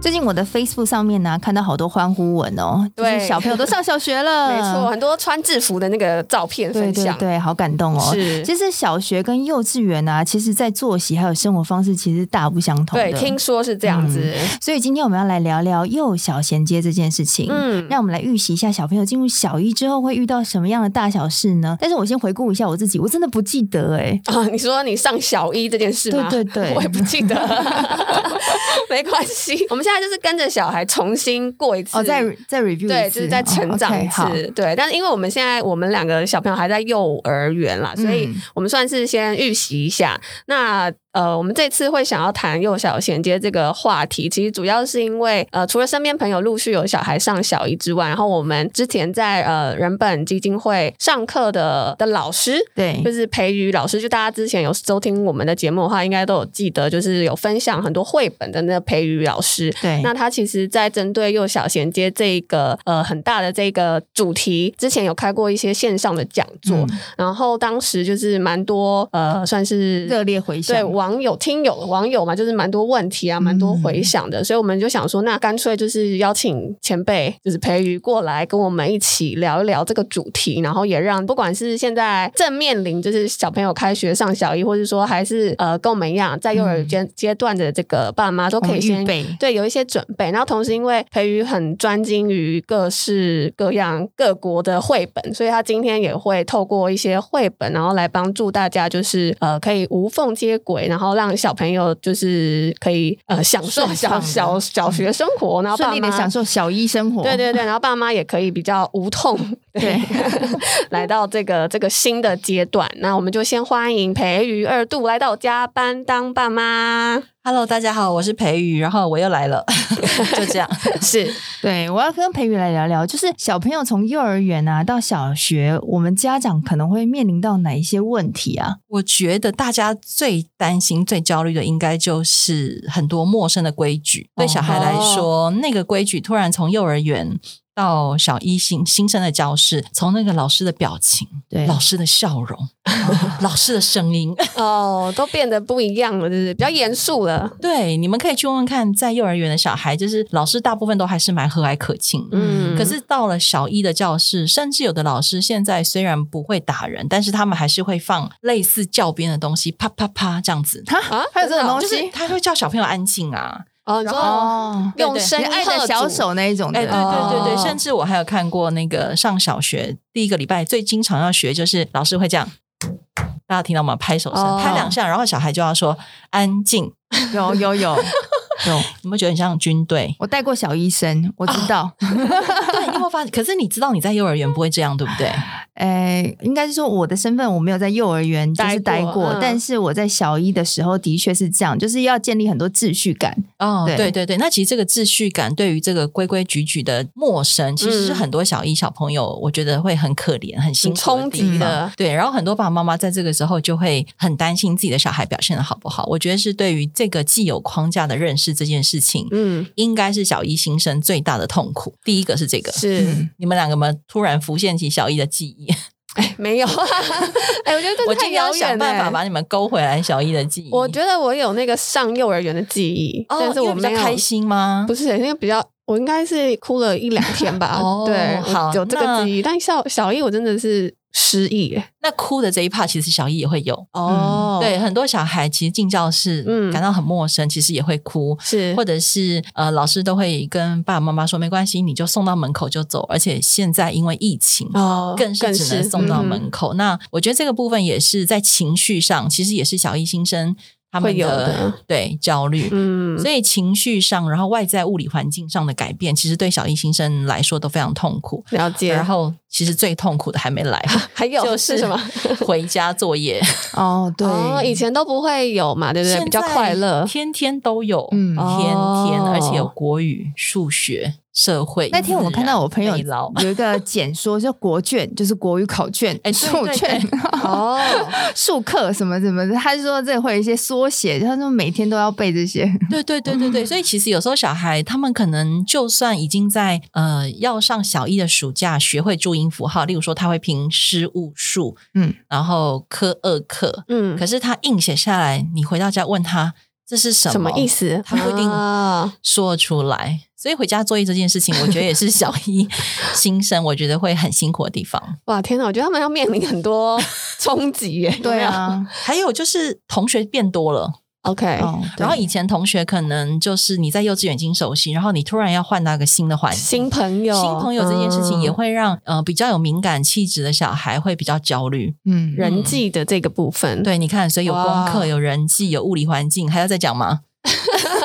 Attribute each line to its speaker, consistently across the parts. Speaker 1: 最近我的 Facebook 上面呢、看到好多欢呼文哦，就是
Speaker 2: 对
Speaker 1: 小朋友都上小学了，
Speaker 2: 没错，，很多穿制服的那个照片
Speaker 1: 对
Speaker 2: 分
Speaker 1: 对
Speaker 2: 享，
Speaker 1: 对，好感动哦。
Speaker 2: 是，
Speaker 1: 其实小学跟幼稚园啊，其实在作息还有生活方式其实大不相同的。
Speaker 2: 对，听说是这样子，
Speaker 1: 所以今天我们要来聊聊幼小衔接这件事情。
Speaker 2: 嗯，
Speaker 1: 让我们来预习一下小朋友进入小一之后会遇到什么样的大小事呢？但是我先回顾一下我自己，我真的不记得哎、
Speaker 2: 啊，你说你上小一这件事吗？
Speaker 1: 对对对
Speaker 2: 我也不记 得，没关系。我们现在就是跟着小孩重新过一次，
Speaker 1: 哦，再再 review
Speaker 2: 对，
Speaker 1: 一次
Speaker 2: 就是在成长一
Speaker 1: 哦，OK，
Speaker 2: 次。
Speaker 1: 好
Speaker 2: 对，但是因为我们现在我们两个小朋友还在幼儿园啦，所以
Speaker 1: 嗯
Speaker 2: 我们算是先预习一下。那呃，我们这次会想要谈幼小衔接这个话题，其实主要是因为呃，除了身边朋友陆续有小孩上小一之外，然后我们之前在呃人本基金会上课的的老师，就
Speaker 1: 对，
Speaker 2: 是培瑜老师，就大家之前有收听我们的节目的话，应该都有记得，就是有分享很多绘本的那个培瑜老师。
Speaker 1: 对
Speaker 2: 那他其实，在针对幼小衔接这一个呃很大的这个主题，之前有开过一些线上的讲座，
Speaker 1: 嗯
Speaker 2: 然后当时就是蛮多呃算是
Speaker 1: 热烈回响，
Speaker 2: 对网友、听友、网友嘛，就是蛮多问题
Speaker 1: 嗯
Speaker 2: 啊，蛮多回响的，所以我们就想说，那干脆就是邀请前辈，就是培瑜过来跟我们一起聊一聊这个主题，然后也让不管是现在正面临就是小朋友开学上小一，或是说还是呃跟我们一样在幼儿
Speaker 1: 嗯
Speaker 2: 阶、阶段的这个爸妈都
Speaker 1: 我
Speaker 2: 可
Speaker 1: 们
Speaker 2: 以
Speaker 1: 哦预
Speaker 2: 先。
Speaker 1: 备，
Speaker 2: 对，有一些准备，然后同时因为培瑜很专精于各式各样各国的绘本，所以他今天也会透过一些绘本，然后来帮助大家，就是呃，可以无缝接轨，然后让小朋友就是可以呃享受
Speaker 1: 顺
Speaker 2: 小
Speaker 1: 畅的嗯
Speaker 2: 小小学生活，然后
Speaker 1: 顺
Speaker 2: 爸
Speaker 1: 利的
Speaker 2: 妈
Speaker 1: 享受小一生活，
Speaker 2: 对对对，然后爸妈也可以比较无痛
Speaker 1: 对，
Speaker 2: 来到这个这个新的阶段。那我们就先欢迎培瑜二度来到加班当爸妈，
Speaker 3: Hello，大家好，我是培宇，然哦后我又来了， 就这样。
Speaker 2: 是
Speaker 1: 对，我要跟培宇来聊聊，就是小朋友从幼儿园啊到小学，我们家长可能会面临到哪一些问题啊？
Speaker 3: 我觉得大家最担心、最焦虑的，应该就是很多陌生的规矩。对小孩来说，那个规矩突然从幼儿园到小一新新生的教室，从那个老师的表情、
Speaker 1: 对
Speaker 3: 老师的笑容、 老师的声音，
Speaker 2: 哦，都变得不一样了，就是比较严肃了。
Speaker 3: 对，你们可以去问问看，在幼儿园的小孩，就是老师大部分都还是蛮和蔼可亲的。
Speaker 2: 嗯，
Speaker 3: 可是到了小一的教室，甚至有的老师现在虽然不会打人，但是他们还是会放类似教鞭的东西，啪啪啪这样子。
Speaker 1: 哈
Speaker 2: 啊
Speaker 1: 还有这种东
Speaker 3: 就是
Speaker 1: 西
Speaker 3: 他会叫小朋友安静啊，
Speaker 2: 哦，你说
Speaker 1: 哦，
Speaker 3: 对
Speaker 2: 用
Speaker 3: 对
Speaker 2: 声
Speaker 1: 你
Speaker 2: 音
Speaker 1: 爱的
Speaker 2: 喝
Speaker 1: 小
Speaker 2: 阻，
Speaker 1: 手那一种的，
Speaker 3: 哎，对对对对，
Speaker 2: 哦
Speaker 3: 甚至我还有看过那个上小学第一个礼拜最经常要学，就是老师会这样，大家听到吗？拍手声，
Speaker 2: 哦
Speaker 3: 拍两下，然后小孩就要说安静。
Speaker 1: 有有有有，
Speaker 3: 你们觉得很像 军队？
Speaker 1: 我带过小医生，我知道，
Speaker 3: 对，你有没有发现？可是你知道你在幼儿园不会这样，对不对？
Speaker 1: 哎，应该是说我的身份我没有在幼儿园就是
Speaker 2: 待
Speaker 1: 待
Speaker 2: 过
Speaker 1: 过
Speaker 2: 嗯，
Speaker 1: 但是我在小一的时候的确是这样，就是要建立很多秩序感，
Speaker 3: 哦，
Speaker 1: 对
Speaker 3: 对对对，那其实这个秩序感对于这个规规矩矩的陌生，其实是
Speaker 2: 嗯
Speaker 3: 很多小一小朋友，我觉得会很可怜、很辛苦
Speaker 2: 冲
Speaker 3: 地
Speaker 2: 击
Speaker 3: 方
Speaker 2: 的
Speaker 3: 对，然后很多爸爸妈妈在这个时候就会很担心自己的小孩表现的好不好。我觉得是对于这个既有框架的认识这件事情，
Speaker 2: 嗯，
Speaker 3: 应该是小一新生最大的痛苦。第一个是这个，
Speaker 2: 是
Speaker 1: 嗯
Speaker 3: 你们两个们突然浮现起小一的记 忆，
Speaker 2: 没有， 哎，我觉得这
Speaker 3: 我
Speaker 2: 太
Speaker 3: 今天要
Speaker 2: 遥
Speaker 3: 想
Speaker 2: 远
Speaker 3: 办法
Speaker 2: 了。欸
Speaker 3: 把你们勾回来小一的记忆。
Speaker 2: 我觉得我有那个上幼儿园的记忆，
Speaker 3: 哦，
Speaker 2: 但是
Speaker 3: 因为
Speaker 2: 我
Speaker 3: 比较
Speaker 2: 没有
Speaker 3: 开，心吗？
Speaker 2: 不是因为比较。我应该是哭了一两天吧，
Speaker 3: 哦
Speaker 2: 对，我
Speaker 3: 好
Speaker 2: 有这个
Speaker 3: 那
Speaker 2: 记忆，但小小一我真的是失忆耶，
Speaker 3: 那哭的这一 part 其实小一也会有。
Speaker 2: 哦
Speaker 3: 对，，很多小孩其实进教室
Speaker 2: 嗯
Speaker 3: 感到很陌生，其实也会哭，
Speaker 2: 是
Speaker 3: 或者是呃，老师都会跟爸爸妈妈说没关系，你就送到门口就走。而且现在因为疫情。
Speaker 2: 哦嗯
Speaker 3: 更是只能送到门口。那我觉得这个部分也是在情绪上，其实也是小一新生他们
Speaker 2: 会有的
Speaker 3: 对焦虑。
Speaker 2: 嗯，
Speaker 3: 所以情绪上，然后外在物理环境上的改变，其实对小一新生来说都非常痛苦。
Speaker 2: 了解，
Speaker 3: 然后其实最痛苦的还 没来，
Speaker 2: 还有
Speaker 3: 就是
Speaker 2: 什么？
Speaker 3: 回家作业，
Speaker 1: 哦，对，
Speaker 2: 哦，以前都不会有嘛，对不对？比较
Speaker 3: 现在
Speaker 2: 快乐。
Speaker 3: 天天都有，
Speaker 1: 嗯
Speaker 3: 天天，
Speaker 2: 哦
Speaker 3: 而且有国语、数学、社会。
Speaker 1: 那天我看到我朋友
Speaker 3: 自然美劳
Speaker 1: 有一个简说，就国卷，就是国语考卷、
Speaker 3: 哎对
Speaker 1: 数卷、
Speaker 2: 哦，
Speaker 1: 数课什么什么的。他就说这会有一些缩写，他说每天都要背这些。
Speaker 3: 对对对对
Speaker 1: 嗯
Speaker 3: 对，所以其实有时候小孩他们可能就算已经在呃要上小一的暑假学会注音符号，例如说他会拼诗物数，
Speaker 1: 嗯，
Speaker 3: 然后科二课，
Speaker 2: 嗯
Speaker 3: 可，是他硬写下来，你回到家问他这是什么
Speaker 2: 什么意？思？
Speaker 3: 他不一定
Speaker 2: 啊
Speaker 3: 说得出来，所以回家作业这件事情，我觉得也是小一新生我觉得会很辛苦的地方。
Speaker 2: 哇，天哪！我觉得他们要面临很多冲击 耶。
Speaker 1: 对
Speaker 2: 有没有
Speaker 1: 啊，
Speaker 3: 还有就是同学变多了，
Speaker 2: ，OK，
Speaker 1: 哦，对
Speaker 3: 哎然后以前同学可能就是你在幼稚园已经熟悉，然后你突然要换到一个新的环境，
Speaker 2: 新朋友，
Speaker 3: 新朋友这件事情也
Speaker 2: 嗯
Speaker 3: 会让、呃比较有敏感气质的小孩会比较焦虑。
Speaker 1: 嗯，
Speaker 2: 人际的这个部分。，
Speaker 3: 对，你看，所以有功
Speaker 2: 哇
Speaker 3: 课、有人际、有物理环境，还要再讲吗？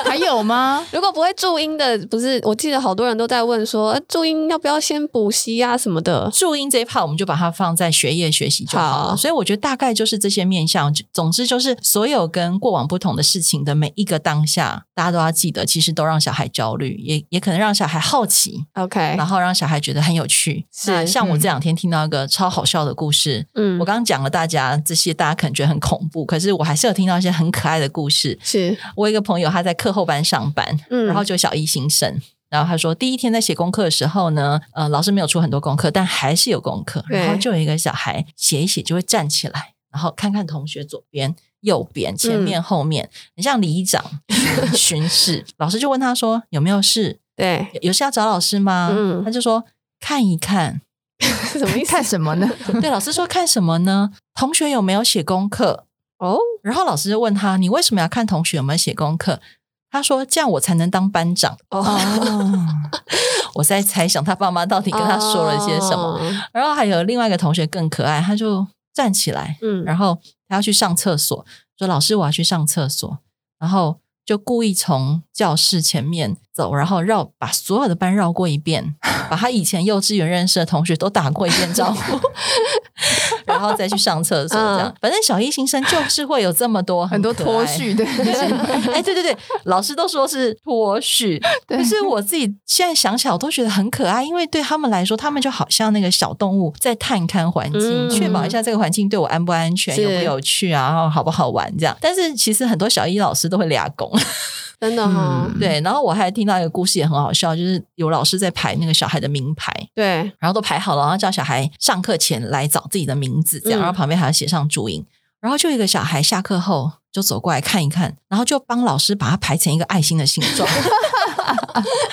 Speaker 1: 还有吗？
Speaker 2: 如果不会注音的，不是？我记得好多人都在问说，呃注音要不要先补习啊什么的。
Speaker 3: 注音这一 part 我们就把它放在学业学习就好了。
Speaker 2: 好
Speaker 3: 所以我觉得大概就是这些面向。就总之就是所有跟过往不同的事情的每一个当下，大家都要记得，其实都让小孩焦虑，也也可能让小孩好奇，
Speaker 2: OK，
Speaker 3: 然后让小孩觉得很有趣。
Speaker 2: 是
Speaker 3: 那像我
Speaker 1: 嗯
Speaker 3: 这两天听到一个超好笑的故事，
Speaker 2: 嗯
Speaker 3: 我刚刚讲了大家这些，大家可能觉得很恐怖，可是我还是有听到一些很可爱的故事。
Speaker 2: 是，
Speaker 3: 我有一个朋友，他在课后班上班，
Speaker 2: 嗯
Speaker 3: 然后就小一新生。然后他说，第一天在写功课的时候呢，呃，老师没有出很多功课，但还是有功课。
Speaker 2: 对
Speaker 3: 然后就有一个小孩写一写就会站起来，然后看看同学左边、右边、
Speaker 2: 嗯
Speaker 3: 前面、后面，很像里 长巡视。老师就问他说：“有没有事？
Speaker 2: 对，
Speaker 3: 有有事要找老师吗？”
Speaker 2: 嗯
Speaker 3: 他就说：“看一看。”
Speaker 2: 是什么意思？
Speaker 1: 看什么呢？
Speaker 3: 对，老师说看什么呢？同学有没有写功课？
Speaker 2: 哦，
Speaker 3: 然后老师就问他：“你为什么要看同学有没有写功课？”他说：“这样我才能当班长。
Speaker 1: 哦，”
Speaker 3: 我在猜想他爸妈到底跟他说了些什么。
Speaker 2: 哦？
Speaker 3: 然后还有另外一个同学更可爱，他就站起来，
Speaker 2: 嗯，
Speaker 3: 然后他要去上厕所，说：“老师，我要去上厕所。”然后就故意从教室前面走，然后绕把所有的班绕过一遍，把他以前幼稚园认识的同学都打过一遍招呼， 然后再去上厕所。这样
Speaker 2: 嗯，
Speaker 3: 反正小一新生就是会有这么多
Speaker 1: 很多
Speaker 3: 可
Speaker 1: 脱
Speaker 3: 爱。
Speaker 1: 序的，
Speaker 3: 就是 哎，对对对，老师都说是 脱序，
Speaker 1: 对
Speaker 3: 可是我自己现在想起来，我都觉得很可爱，因为对他们来说，他们就好像那个小动物在探勘环境，
Speaker 2: 嗯
Speaker 3: 确保一下这个环境对我安不安全、
Speaker 2: 是
Speaker 3: 有没有趣啊，然后好不好玩这样。但是其实很多小一老师都会俩拱，
Speaker 2: 嗯真的哈、
Speaker 1: 嗯
Speaker 3: 对。然后我还听到一个故事也很好笑，就是有老师在排那个小孩的名牌，
Speaker 2: 对，
Speaker 3: 然后都排好了，然后叫小孩上课前来找自己的名字，这样，
Speaker 2: 嗯
Speaker 3: 然后旁边还要写上注音。然后就有一个小孩下课后就走过来看一看，然后就帮老师把它排成一个爱心的形状。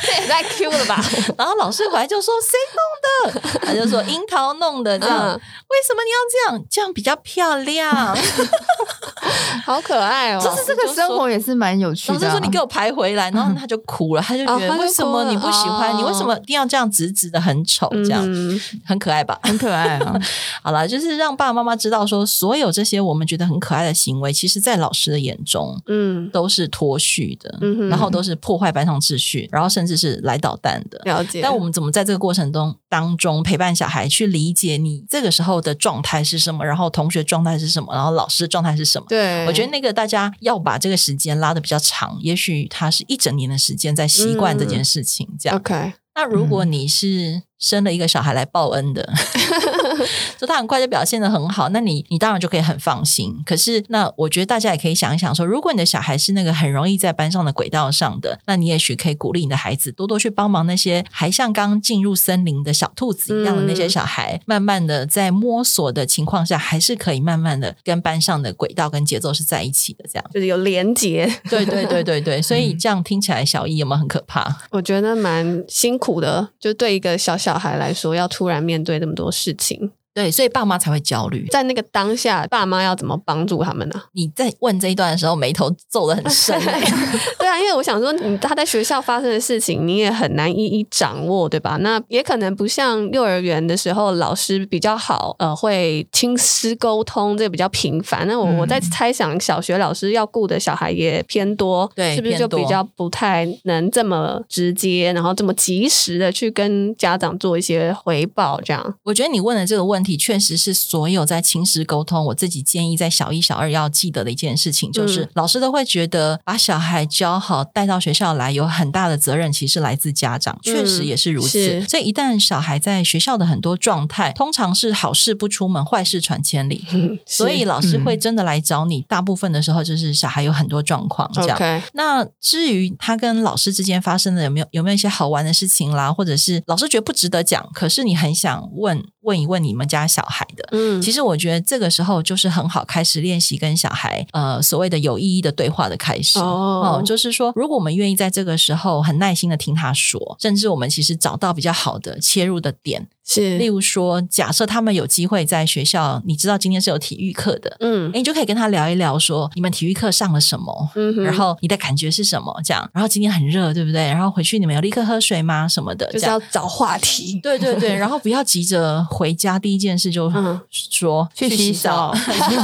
Speaker 2: 这也太 Q 了吧？
Speaker 3: 然后老师回来就说：“谁弄的？”他就说：“樱桃弄的。”这样、
Speaker 2: 嗯
Speaker 3: 为什么你要这样？这样比较漂亮。
Speaker 2: 好可爱哦！
Speaker 1: 就是这个生活也是蛮有趣
Speaker 3: 老师
Speaker 1: 的啊。
Speaker 3: 说：“你给我排回来。”然后他就哭了，他就觉
Speaker 2: 哦
Speaker 3: 得
Speaker 2: 他就
Speaker 3: 为什么
Speaker 2: 哭了
Speaker 3: 你不喜欢？
Speaker 2: 哦
Speaker 3: 你为什么一定要这样直直的很丑？这样、
Speaker 2: 嗯
Speaker 3: 很可爱吧？
Speaker 1: 很可爱啊，
Speaker 3: 好啦，就是让爸爸妈妈知道说，所有这些我们觉得很可爱的行为，其实在老师的眼中
Speaker 2: 嗯，
Speaker 3: 都是脱序的，
Speaker 2: 嗯哼
Speaker 3: 然后都是破坏班上秩序，然后甚至是来捣蛋的。
Speaker 2: 了解。
Speaker 3: 但我们怎么在这个过程中当中陪伴小孩去理解你这个时候的状态是什么，然后同学状态是什么，然后老师的状态是什么？
Speaker 2: 对，
Speaker 3: 我觉得那个大家要把这个时间拉的比较长，也许它是一整年的时间在习惯这
Speaker 1: 嗯
Speaker 3: 件事情，这样。
Speaker 2: OK，，
Speaker 3: 那如果你是生了一个小孩来报恩的， 就他很快就表现的很好，那你你当然就可以很放心。可是，那我觉得大家也可以想一想说，如果你的小孩是那个很容易在班上的轨道上的，那你也许可以鼓励你的孩子多多去帮忙那些还像刚进入森林的小兔子一样的那些小孩，慢慢的在摸索的情况下，还是可以慢慢的跟班上的轨道跟节奏是在一起的。这样嗯
Speaker 2: 就是有连结，
Speaker 3: 对对对对对，所以这样听起来，小易有没有很可怕？
Speaker 2: 我觉得蛮辛苦的。就对一个小小孩来说，要突然面对这么多事情，
Speaker 3: 对，所以爸妈才会焦虑。
Speaker 2: 在那个当下，爸妈要怎么帮助他们呢、
Speaker 3: 你在问这一段的时候，眉头皱得很 深。
Speaker 2: 对啊，因为我想说，你他在学校发生的事情，你也很难一一掌握，对吧？那也可能不像幼儿园的时候，老师比较好，呃，会亲师沟通，这比较频繁。那我、
Speaker 3: 嗯
Speaker 2: 我在猜想，小学老师要顾的小孩也偏多，
Speaker 3: 对
Speaker 2: 是不是就
Speaker 3: 偏多
Speaker 2: 比较不太能这么直接，然后这么及时的去跟家长做一些回报，这 样？
Speaker 3: 我觉得你问的这个问题，确实是所有在亲师沟通，我自己建议在小一、小二要记得的一件事情，就是、
Speaker 2: 嗯
Speaker 3: 老师都会觉得把小孩教好带到学校来，有很大的责任，其实来自家长，确实也是如此。
Speaker 2: 嗯是
Speaker 3: 所以一旦小孩在学校的很多状态，通常是好事不出门，坏事传千里，所以老
Speaker 2: 嗯
Speaker 3: 师会真的来找你，大部分的时候就是小孩有很多状况这
Speaker 2: 是
Speaker 3: 样。
Speaker 2: OK，
Speaker 3: 那至于他跟老师之间发生的有没有有没有一些好玩的事情啦，或者是老师觉得不值得讲，可是你很想问问一问你们家小孩的。
Speaker 2: 嗯
Speaker 3: 其实我觉得这个时候就是很好开始练习跟小孩呃所谓的有意义的对话的开始
Speaker 2: 哦
Speaker 3: 就是说如果我们愿意在这个时候很耐心的听他说，甚至我们其实找到比较好的切入的点，
Speaker 2: 是
Speaker 3: 例如说假设他们有机会在学校，你知道今天是有体育课的，
Speaker 2: 嗯
Speaker 3: 诶你就可以跟他聊一聊说你们体育课上了什么，
Speaker 2: 嗯哼，
Speaker 3: 然后你的感觉是什么？这样，然后今天很热，对不对？然后回去你们有立刻喝水吗？什么的，
Speaker 2: 就
Speaker 3: 这
Speaker 2: 是
Speaker 3: 样。
Speaker 2: 要找话题，
Speaker 3: 对对对，然后不要急着回家，第一件事就
Speaker 2: 嗯
Speaker 3: 说、
Speaker 1: 去洗澡
Speaker 3: 去洗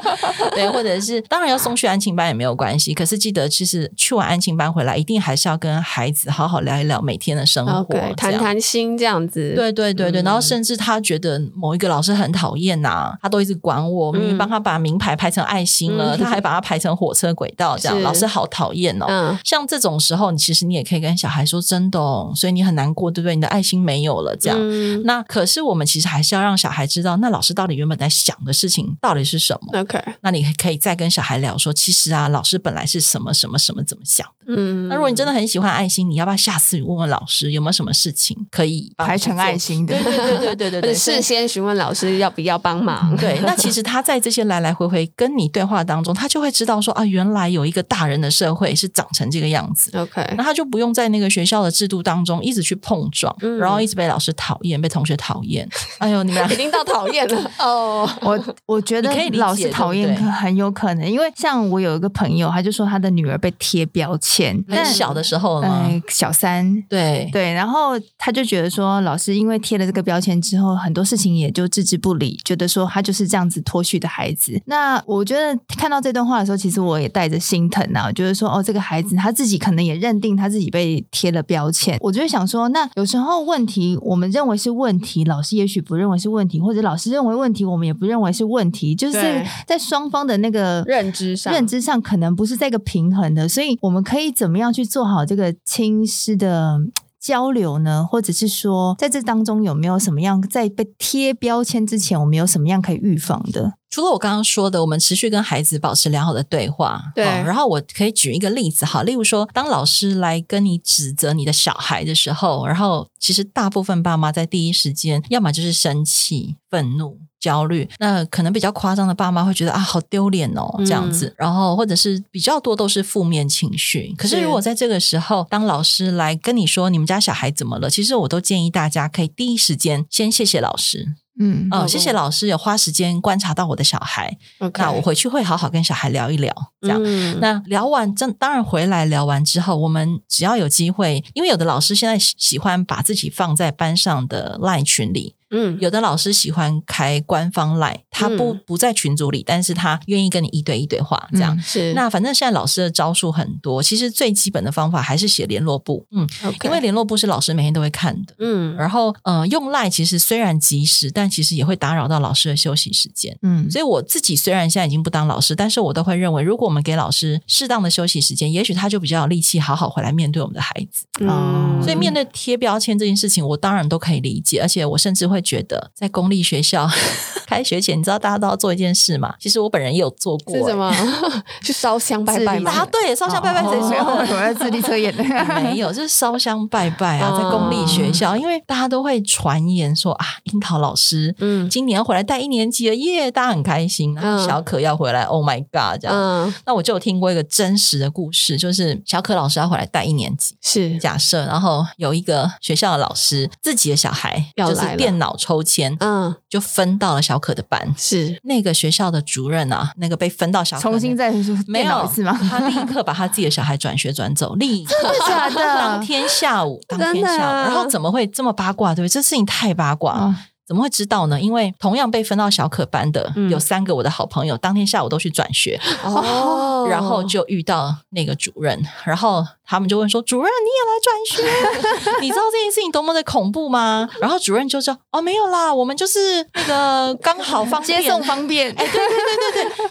Speaker 3: 澡对，或者是当然要送去安亲班也没有关系，可是记得其实去完安亲班回来，一定还是要跟孩子好好聊一聊每天的生活
Speaker 2: OK，
Speaker 3: 这
Speaker 2: 谈
Speaker 3: 样
Speaker 2: 谈心这样子。
Speaker 3: 对对对对，
Speaker 2: 嗯
Speaker 3: 然后甚至他觉得某一个老师很讨厌呐、他都一直管我，明明帮他把名牌排成爱心了，
Speaker 2: 嗯
Speaker 3: 他还把它排成火车轨道，这样
Speaker 2: 是
Speaker 3: 老师好讨厌哦。
Speaker 2: 嗯，
Speaker 3: 像这种时候，你其实你也可以跟小孩说真的、哦，所以你很难过，对不对？你的爱心没有了，这样。
Speaker 2: 嗯
Speaker 3: 那可是我们其实还是要让小孩知道，那老师到底原本在想的事情到底是什么。
Speaker 2: OK，
Speaker 3: 那你可以再跟小孩聊说，其实啊，老师本来是什么什么什么怎么想的。
Speaker 2: 嗯，
Speaker 3: 那如果你真的很喜欢爱心，你要不要下次问问老师有没有什么事情可以帮
Speaker 1: 排
Speaker 3: 助
Speaker 1: 成爱心的
Speaker 3: 对对对对对对
Speaker 2: 而且
Speaker 3: 对，
Speaker 2: 事先询问老师要不要帮忙。
Speaker 3: 对。那其实他在这些来来回回跟你对话当中，他就会知道说啊，原来有一个大人的社会是长成这个样子。
Speaker 2: OK，
Speaker 3: 那他就不用在那个学校的制度当中一直去碰撞，
Speaker 2: 嗯
Speaker 3: 然后一直被老师讨厌，被同学讨厌。哎呦，你们
Speaker 2: 已
Speaker 3: 俩
Speaker 2: 经到讨厌了 哦。
Speaker 1: 我我觉得
Speaker 3: 你可以理解
Speaker 1: 老师讨厌
Speaker 3: 对不对
Speaker 1: 可很有可能，因为像我有一个朋友，他就说他的女儿被贴标签，
Speaker 3: 很
Speaker 1: 但
Speaker 3: 小的时候吗？
Speaker 1: 哎，小三。
Speaker 3: 对
Speaker 1: 对，然后他就觉得说，老师因为贴了这个标签之后，很多事情也就置之不理，觉得说他就是这样子脱序的孩子。那我觉得看到这段话的时候，其实我也带着心疼啊，就是说，哦，这个孩子他自己可能也认定他自己被贴了标签。我就会想说，那有时候问题我们认为是问题，老师也许不认为是问题，或者老师认为问题，我们也不认为是问题，就是
Speaker 2: 对
Speaker 1: 在双方的那个
Speaker 2: 认知上
Speaker 1: 认知上可能不是在一个平衡的，所以我们可以怎么样去做好这个亲师的嗯交流呢？或者是说，在这当中有没有什么样在被贴标签之前，我们有什么样可以预防的？
Speaker 3: 除了我刚刚说的，我们持续跟孩子保持良好的对话。
Speaker 2: 对
Speaker 3: 哦然后我可以举一个例子哈，例如说，当老师来跟你指责你的小孩的时候，然后其实大部分爸妈在第一时间，要么就是生气、愤怒。焦虑，那可能比较夸张的爸妈会觉得啊，好丢脸哦，这样子。然后或者是比较多都是负面情绪。可是
Speaker 2: 是
Speaker 3: 如果在这个时候，当老师来跟你说你们家小孩怎么了，其实我都建议大家可以第一时间先谢谢老师，
Speaker 1: 嗯
Speaker 3: 哦、
Speaker 2: 嗯
Speaker 3: 谢谢老师有花时间观察到我的小孩，
Speaker 2: OK，
Speaker 3: 那我回去会好好跟小孩聊一聊，这样。
Speaker 2: 嗯
Speaker 3: 那聊完，真当然回来聊完之后，我们只要有机会，因为有的老师现在喜喜欢把自己放在班上的 LINE 群里，
Speaker 2: 嗯
Speaker 3: 有的老师喜欢开官方 LINE，他不、不在群组里，但是他愿意跟你一对一对话，这样。
Speaker 1: 嗯
Speaker 2: 是
Speaker 3: 那反正现在老师的招数很多，其实最基本的方法还是写联络簿，嗯，
Speaker 2: OK，
Speaker 3: 因为联络簿是老师每天都会看的。
Speaker 2: 嗯
Speaker 3: 然后，呃，用赖其实虽然及时，但其实也会打扰到老师的休息时间。
Speaker 1: 嗯，
Speaker 3: 所以我自己虽然现在已经不当老师，但是我都会认为，如果我们给老师适当的休息时间，也许他就比较有力气好好回来面对我们的孩子。
Speaker 2: 嗯
Speaker 1: 哦
Speaker 3: 所以面对贴标签这件事情，我当然都可以理解，而且我甚至会觉得，在公立学校 开学前，你知道大家都要做一件事嘛？其实我本人也有做过、
Speaker 2: 是什么 去烧香拜拜
Speaker 1: 自立
Speaker 3: 答
Speaker 2: 吗？
Speaker 3: 对，烧香拜拜谁说
Speaker 1: 哦
Speaker 3: 的？
Speaker 1: 我在自力测验。
Speaker 3: 没有，就是烧香拜拜啊，在公立
Speaker 2: 哦
Speaker 3: 学校，因为大家都会传言说啊，樱桃老师
Speaker 2: 嗯
Speaker 3: 今年要回来带一年级了，耶，大家很开心。然
Speaker 1: 嗯
Speaker 3: 后小可要回来、o h my god，这样。
Speaker 2: 嗯
Speaker 3: 那我就有听过一个真实的故事，就是小可老师要回来带一年级，
Speaker 2: 是
Speaker 3: 假设，然后有一个学校的老师自己的小孩
Speaker 2: 要
Speaker 3: 就
Speaker 2: 来了
Speaker 1: 哦
Speaker 3: 是电脑小抽签，
Speaker 2: 嗯，
Speaker 3: 就分到了小可的班。
Speaker 2: 是
Speaker 3: 那个学校的主任啊，那个被分到小可
Speaker 1: 重新再
Speaker 3: 没
Speaker 1: 电脑
Speaker 3: 有
Speaker 1: 一次吗？
Speaker 3: 他立刻把他自己的小孩转学转 走，立刻
Speaker 1: 真的假的
Speaker 3: 当天下午，当天
Speaker 2: 真的啊
Speaker 3: 下午，然后怎么会这么八卦？对不对？这事情太八卦了。
Speaker 1: 哦
Speaker 3: 怎么会知道呢？因为同样被分到小可班的、
Speaker 2: 嗯
Speaker 3: 有三个我的好朋友，当天下午都去转学，
Speaker 2: 哦
Speaker 3: 然后就遇到那个主任，然后他们就问说：“主任，你也来转 学？你知道这件事情多么的恐怖吗？”然后主任就说：“哦，没有啦，我们就是那个刚好方便
Speaker 1: 接送方便，哎，对，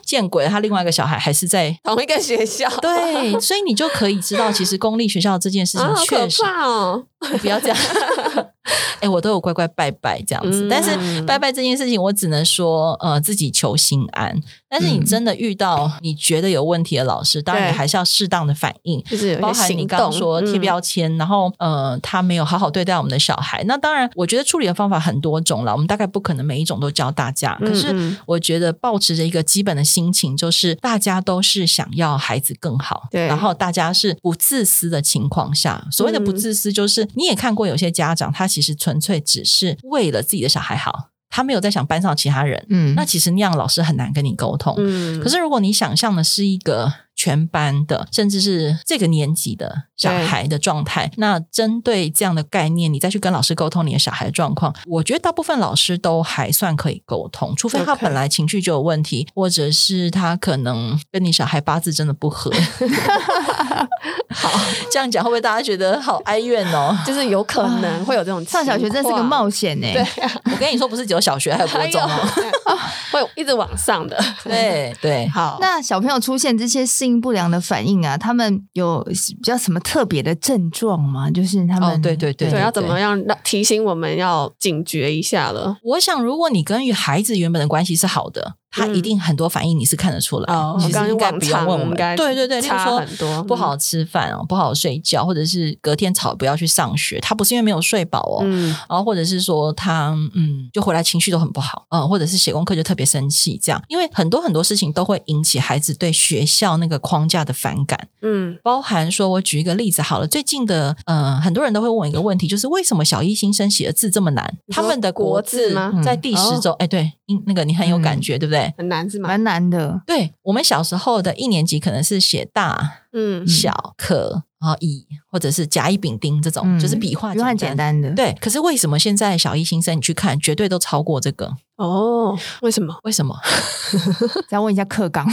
Speaker 3: 见鬼了！”他另外一个小孩还是在
Speaker 2: 同一个学校，
Speaker 3: 对，所以你就可以知道，其实公立学校这件事
Speaker 2: 啊，
Speaker 3: 情
Speaker 2: 好可
Speaker 3: 确实、
Speaker 2: 怕哦！
Speaker 3: 不要这样。 哎、我都有乖乖拜拜这样子，
Speaker 2: 嗯
Speaker 3: 但是拜拜这件事情，我只能说，呃，自己求心安。但是你
Speaker 1: 嗯
Speaker 3: 真的遇到你觉得有问题的老师，当然
Speaker 2: 对
Speaker 3: 你还是要适当的反应。
Speaker 2: 就是有一
Speaker 3: 包
Speaker 2: 些
Speaker 3: 含你
Speaker 2: 行
Speaker 3: 刚刚
Speaker 2: 动
Speaker 3: 说贴
Speaker 2: 嗯
Speaker 3: 标签，然后呃，他没有好好对待我们的小孩。那当然，我觉得处理的方法很多种了，我们大概不可能每一种都教大家。可
Speaker 2: 嗯
Speaker 3: 是
Speaker 2: 嗯
Speaker 3: 我觉得保持着一个基本的心情，就是大家都是想要孩子更好，
Speaker 2: 对
Speaker 3: 然后大家是不自私的情况下，所谓的不
Speaker 2: 嗯
Speaker 3: 自私，就是你也看过有些家长，他其实纯粹只是为了自己的小孩好，他没有在想班上其他人。
Speaker 1: 嗯，
Speaker 3: 那其实那样老师很难跟你沟通，
Speaker 2: 嗯
Speaker 3: 可是如果你想象的是一个全班的，甚至是这个年级的小孩的状态，那针对这样的概念，你再去跟老师沟通你的小孩的状况，我觉得大部分老师都还算可以沟通，除非他
Speaker 2: OK
Speaker 3: 本来情绪就有问题，或者是他可能跟你小孩八字真的不合。好，这样讲会不会大家觉得好哀怨哦？
Speaker 2: 就是有可能会有这种
Speaker 1: 上小学真是个
Speaker 2: 梦。
Speaker 1: 冒险呢，
Speaker 2: 对
Speaker 3: 我跟你说，不是只有小学，还有国
Speaker 2: 还有
Speaker 3: 中哦。
Speaker 2: 啊会一直往上的。
Speaker 3: 对 对，
Speaker 2: 好，
Speaker 1: 那小朋友出现这些适应不良的反应啊，他们有比较什么特别的症状吗？就是他们、
Speaker 3: 哦对对对
Speaker 2: 对，要怎么样让提醒我们要警觉一下了？
Speaker 3: 我想，如果你跟与孩子原本的关系是好的，他一定很多反应你是看得出来。
Speaker 2: 嗯哦
Speaker 3: 其
Speaker 2: 刚刚
Speaker 3: 实应该
Speaker 2: 往
Speaker 3: 不用
Speaker 2: 常
Speaker 3: 问我们
Speaker 2: 应该，
Speaker 3: 对对对，例如
Speaker 2: 差
Speaker 3: 说
Speaker 2: 很多嗯
Speaker 3: 不好吃饭哦，不好睡觉，或者是隔天吵不要去上学，他不是因为没有睡饱哦。
Speaker 2: 嗯，
Speaker 3: 然后，或者是说他嗯，就回来情绪都很不好，嗯，或者是写功课就特别生气，这样，因为很多很多事情都会引起孩子对学校那个框架的反感。
Speaker 2: 嗯
Speaker 3: 包含说，我举一个例子好了，最近的呃，很多人都会问我一个问题，就是为什么小一新生写的字这么难？
Speaker 2: 你
Speaker 3: 他
Speaker 2: 说
Speaker 3: 们的国
Speaker 2: 国字
Speaker 3: 字
Speaker 2: 吗哦
Speaker 3: 在第十周，哎、对，嗯那个你很有感觉，对不对？
Speaker 2: 很难是吗？
Speaker 1: 蛮难的。
Speaker 3: 对我们小时候的一年级可能是写大、
Speaker 2: 嗯
Speaker 3: 小、可，然后乙，或者是甲乙丙丁这种，
Speaker 1: 嗯
Speaker 3: 哦就是笔画
Speaker 1: 约翰简。单 的，
Speaker 3: 对，可是为什么现在小一新生你去看，绝对都超过这个？
Speaker 2: 哦，为什么？
Speaker 3: 为什么？
Speaker 1: 再问一下课纲，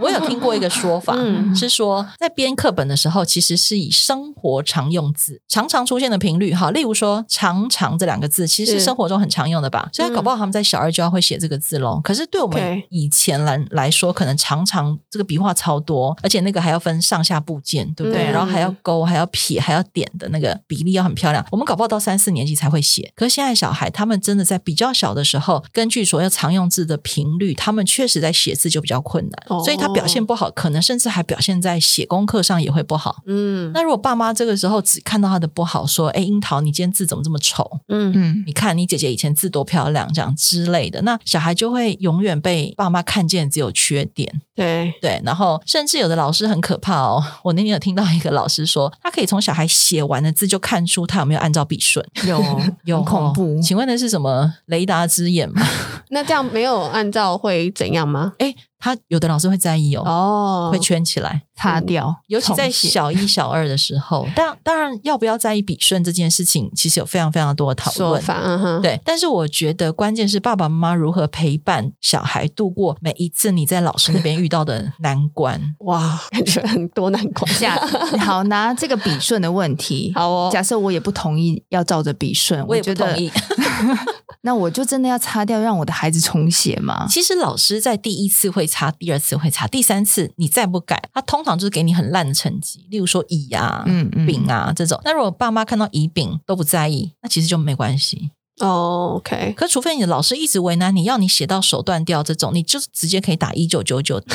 Speaker 3: 我有听过一个说法，
Speaker 2: 嗯
Speaker 3: 是说在编课本的时候，其实是以生活常用字常常出现的频率哈，例如说“常常”这两个字，其实是
Speaker 2: 是嗯
Speaker 3: 生活中很常用的吧。所以搞不好他们在小二就要会写这个字喽。可是对我们
Speaker 2: OK
Speaker 3: 以前来来说，可能常常这个笔画超多，而且那个还要分上下部件，对不对？
Speaker 2: 嗯
Speaker 3: 然后还要勾，还要撇，还要点的那个比例要很漂亮。我们搞不好到三四年级才会写，可是现在小孩他们真的在比较小的时候，根据所有常用字的频率，他们确实在写字就比较困难。
Speaker 2: 哦
Speaker 3: 所以他表现不好，可能甚至还表现在写功课上也会不好。
Speaker 2: 嗯
Speaker 3: 那如果爸妈这个时候只看到他的不好，说：“哎，樱桃，你今天字怎么这么丑？
Speaker 2: 嗯
Speaker 1: 嗯，
Speaker 3: 你看你姐姐以前字多漂亮，这样之类的。”那小孩就会永远被爸妈看见只有缺点，
Speaker 2: 对，
Speaker 3: 对。然后甚至有的老师很可怕哦，我那天有听到一个老师说，他可以从小孩写完的字就看出他有没有按照笔顺，
Speaker 1: 有
Speaker 3: 有
Speaker 1: 很恐怖
Speaker 3: 哦。请问那是什么雷达之眼吗？
Speaker 2: 那这样没有按照会怎样吗？
Speaker 3: 哎，他有的老师会在意哦
Speaker 2: 哦
Speaker 3: 会圈起来。
Speaker 1: 擦掉，
Speaker 3: 尤其在
Speaker 1: 重写
Speaker 3: 小一、小二的时候， 当当然要不要在意笔顺这件事情，其实有非常非常多的讨
Speaker 2: 说
Speaker 3: 论。
Speaker 2: 法，嗯哼，。
Speaker 3: 对，但是我觉得关键是爸爸妈妈如何陪伴小孩度过每一次你在老师那边遇到的难关
Speaker 2: 哇，感觉很多难关。
Speaker 1: 假 好拿这个笔顺的问 题。
Speaker 2: 好哦，
Speaker 1: 假设我也不同意要照着笔顺，
Speaker 3: 我也
Speaker 1: 觉
Speaker 3: 不同
Speaker 1: 得
Speaker 3: 意。
Speaker 1: 那我就真的要擦掉，让我的孩子重写吗？
Speaker 3: 其实老师在第一次会擦，第二次会擦，第三次你再不改，他通常就是给你很烂的成绩，例如说乙啊、
Speaker 1: 嗯嗯，
Speaker 3: 丙啊这种。那如果爸妈看到乙丙都不在意，那其实就没关系。
Speaker 2: 哦，OK，
Speaker 3: 可除非你的老师一直为难你，要你写到手断掉这种，你就是直接可以打一九九九。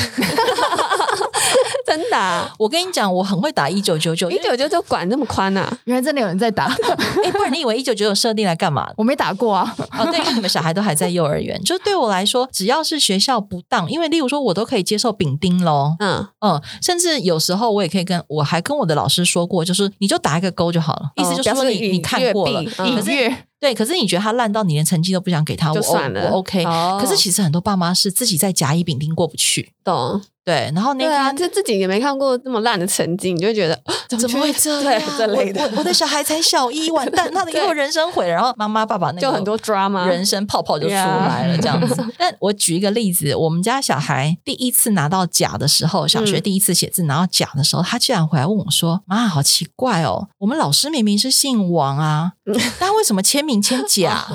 Speaker 2: 真的啊，
Speaker 3: 我跟你讲，我很会打一九九九，
Speaker 2: 一九九九管那么宽啊？
Speaker 1: 原来真的有人在打，
Speaker 3: 哎，不然你以为一九九九设定来干嘛？
Speaker 1: 我没打过啊。
Speaker 3: 哦，对，因为你们小孩都还在幼儿园，就对我来说，只要是学校不当，因为例如说我都可以接受丙丁喽，
Speaker 2: 嗯，
Speaker 3: 嗯，甚至有时候我也可以跟我
Speaker 2: 哦
Speaker 3: 还跟我的老师说过，就是你就打一个勾就好了，意思就是说
Speaker 2: 表示
Speaker 3: 你、你
Speaker 2: 已
Speaker 3: 看
Speaker 2: 阅
Speaker 3: 过了，
Speaker 2: 毕
Speaker 3: 可
Speaker 2: 嗯
Speaker 3: 是
Speaker 1: 月
Speaker 3: 对，可是你觉得他烂到你连成绩都不想给他，
Speaker 2: 就
Speaker 3: 我
Speaker 2: 算了
Speaker 3: 我 OK、
Speaker 2: 哦
Speaker 3: 可是其实很多爸妈是自己在甲乙丙丁过不去，
Speaker 2: 懂。
Speaker 3: 对，然后那
Speaker 2: 对啊，
Speaker 3: 天
Speaker 2: 这自己也没看过这么烂的成绩，你就会觉得啊
Speaker 3: 怎么会这样？
Speaker 2: 对这类的
Speaker 3: 我我我的小孩才小一，完 蛋，他的以后人生毁了。然后妈妈爸爸那个
Speaker 2: 就很多 drama
Speaker 3: 人生泡泡就出来了，这样 子。但我举一个例子，我们家小孩第一次拿到甲的时候，小学
Speaker 2: 嗯
Speaker 3: 第一次写字拿到甲的时候，他居然回来问我说：“妈，好奇怪哦，我们老师明明是姓王 啊，但为什么签名签甲？”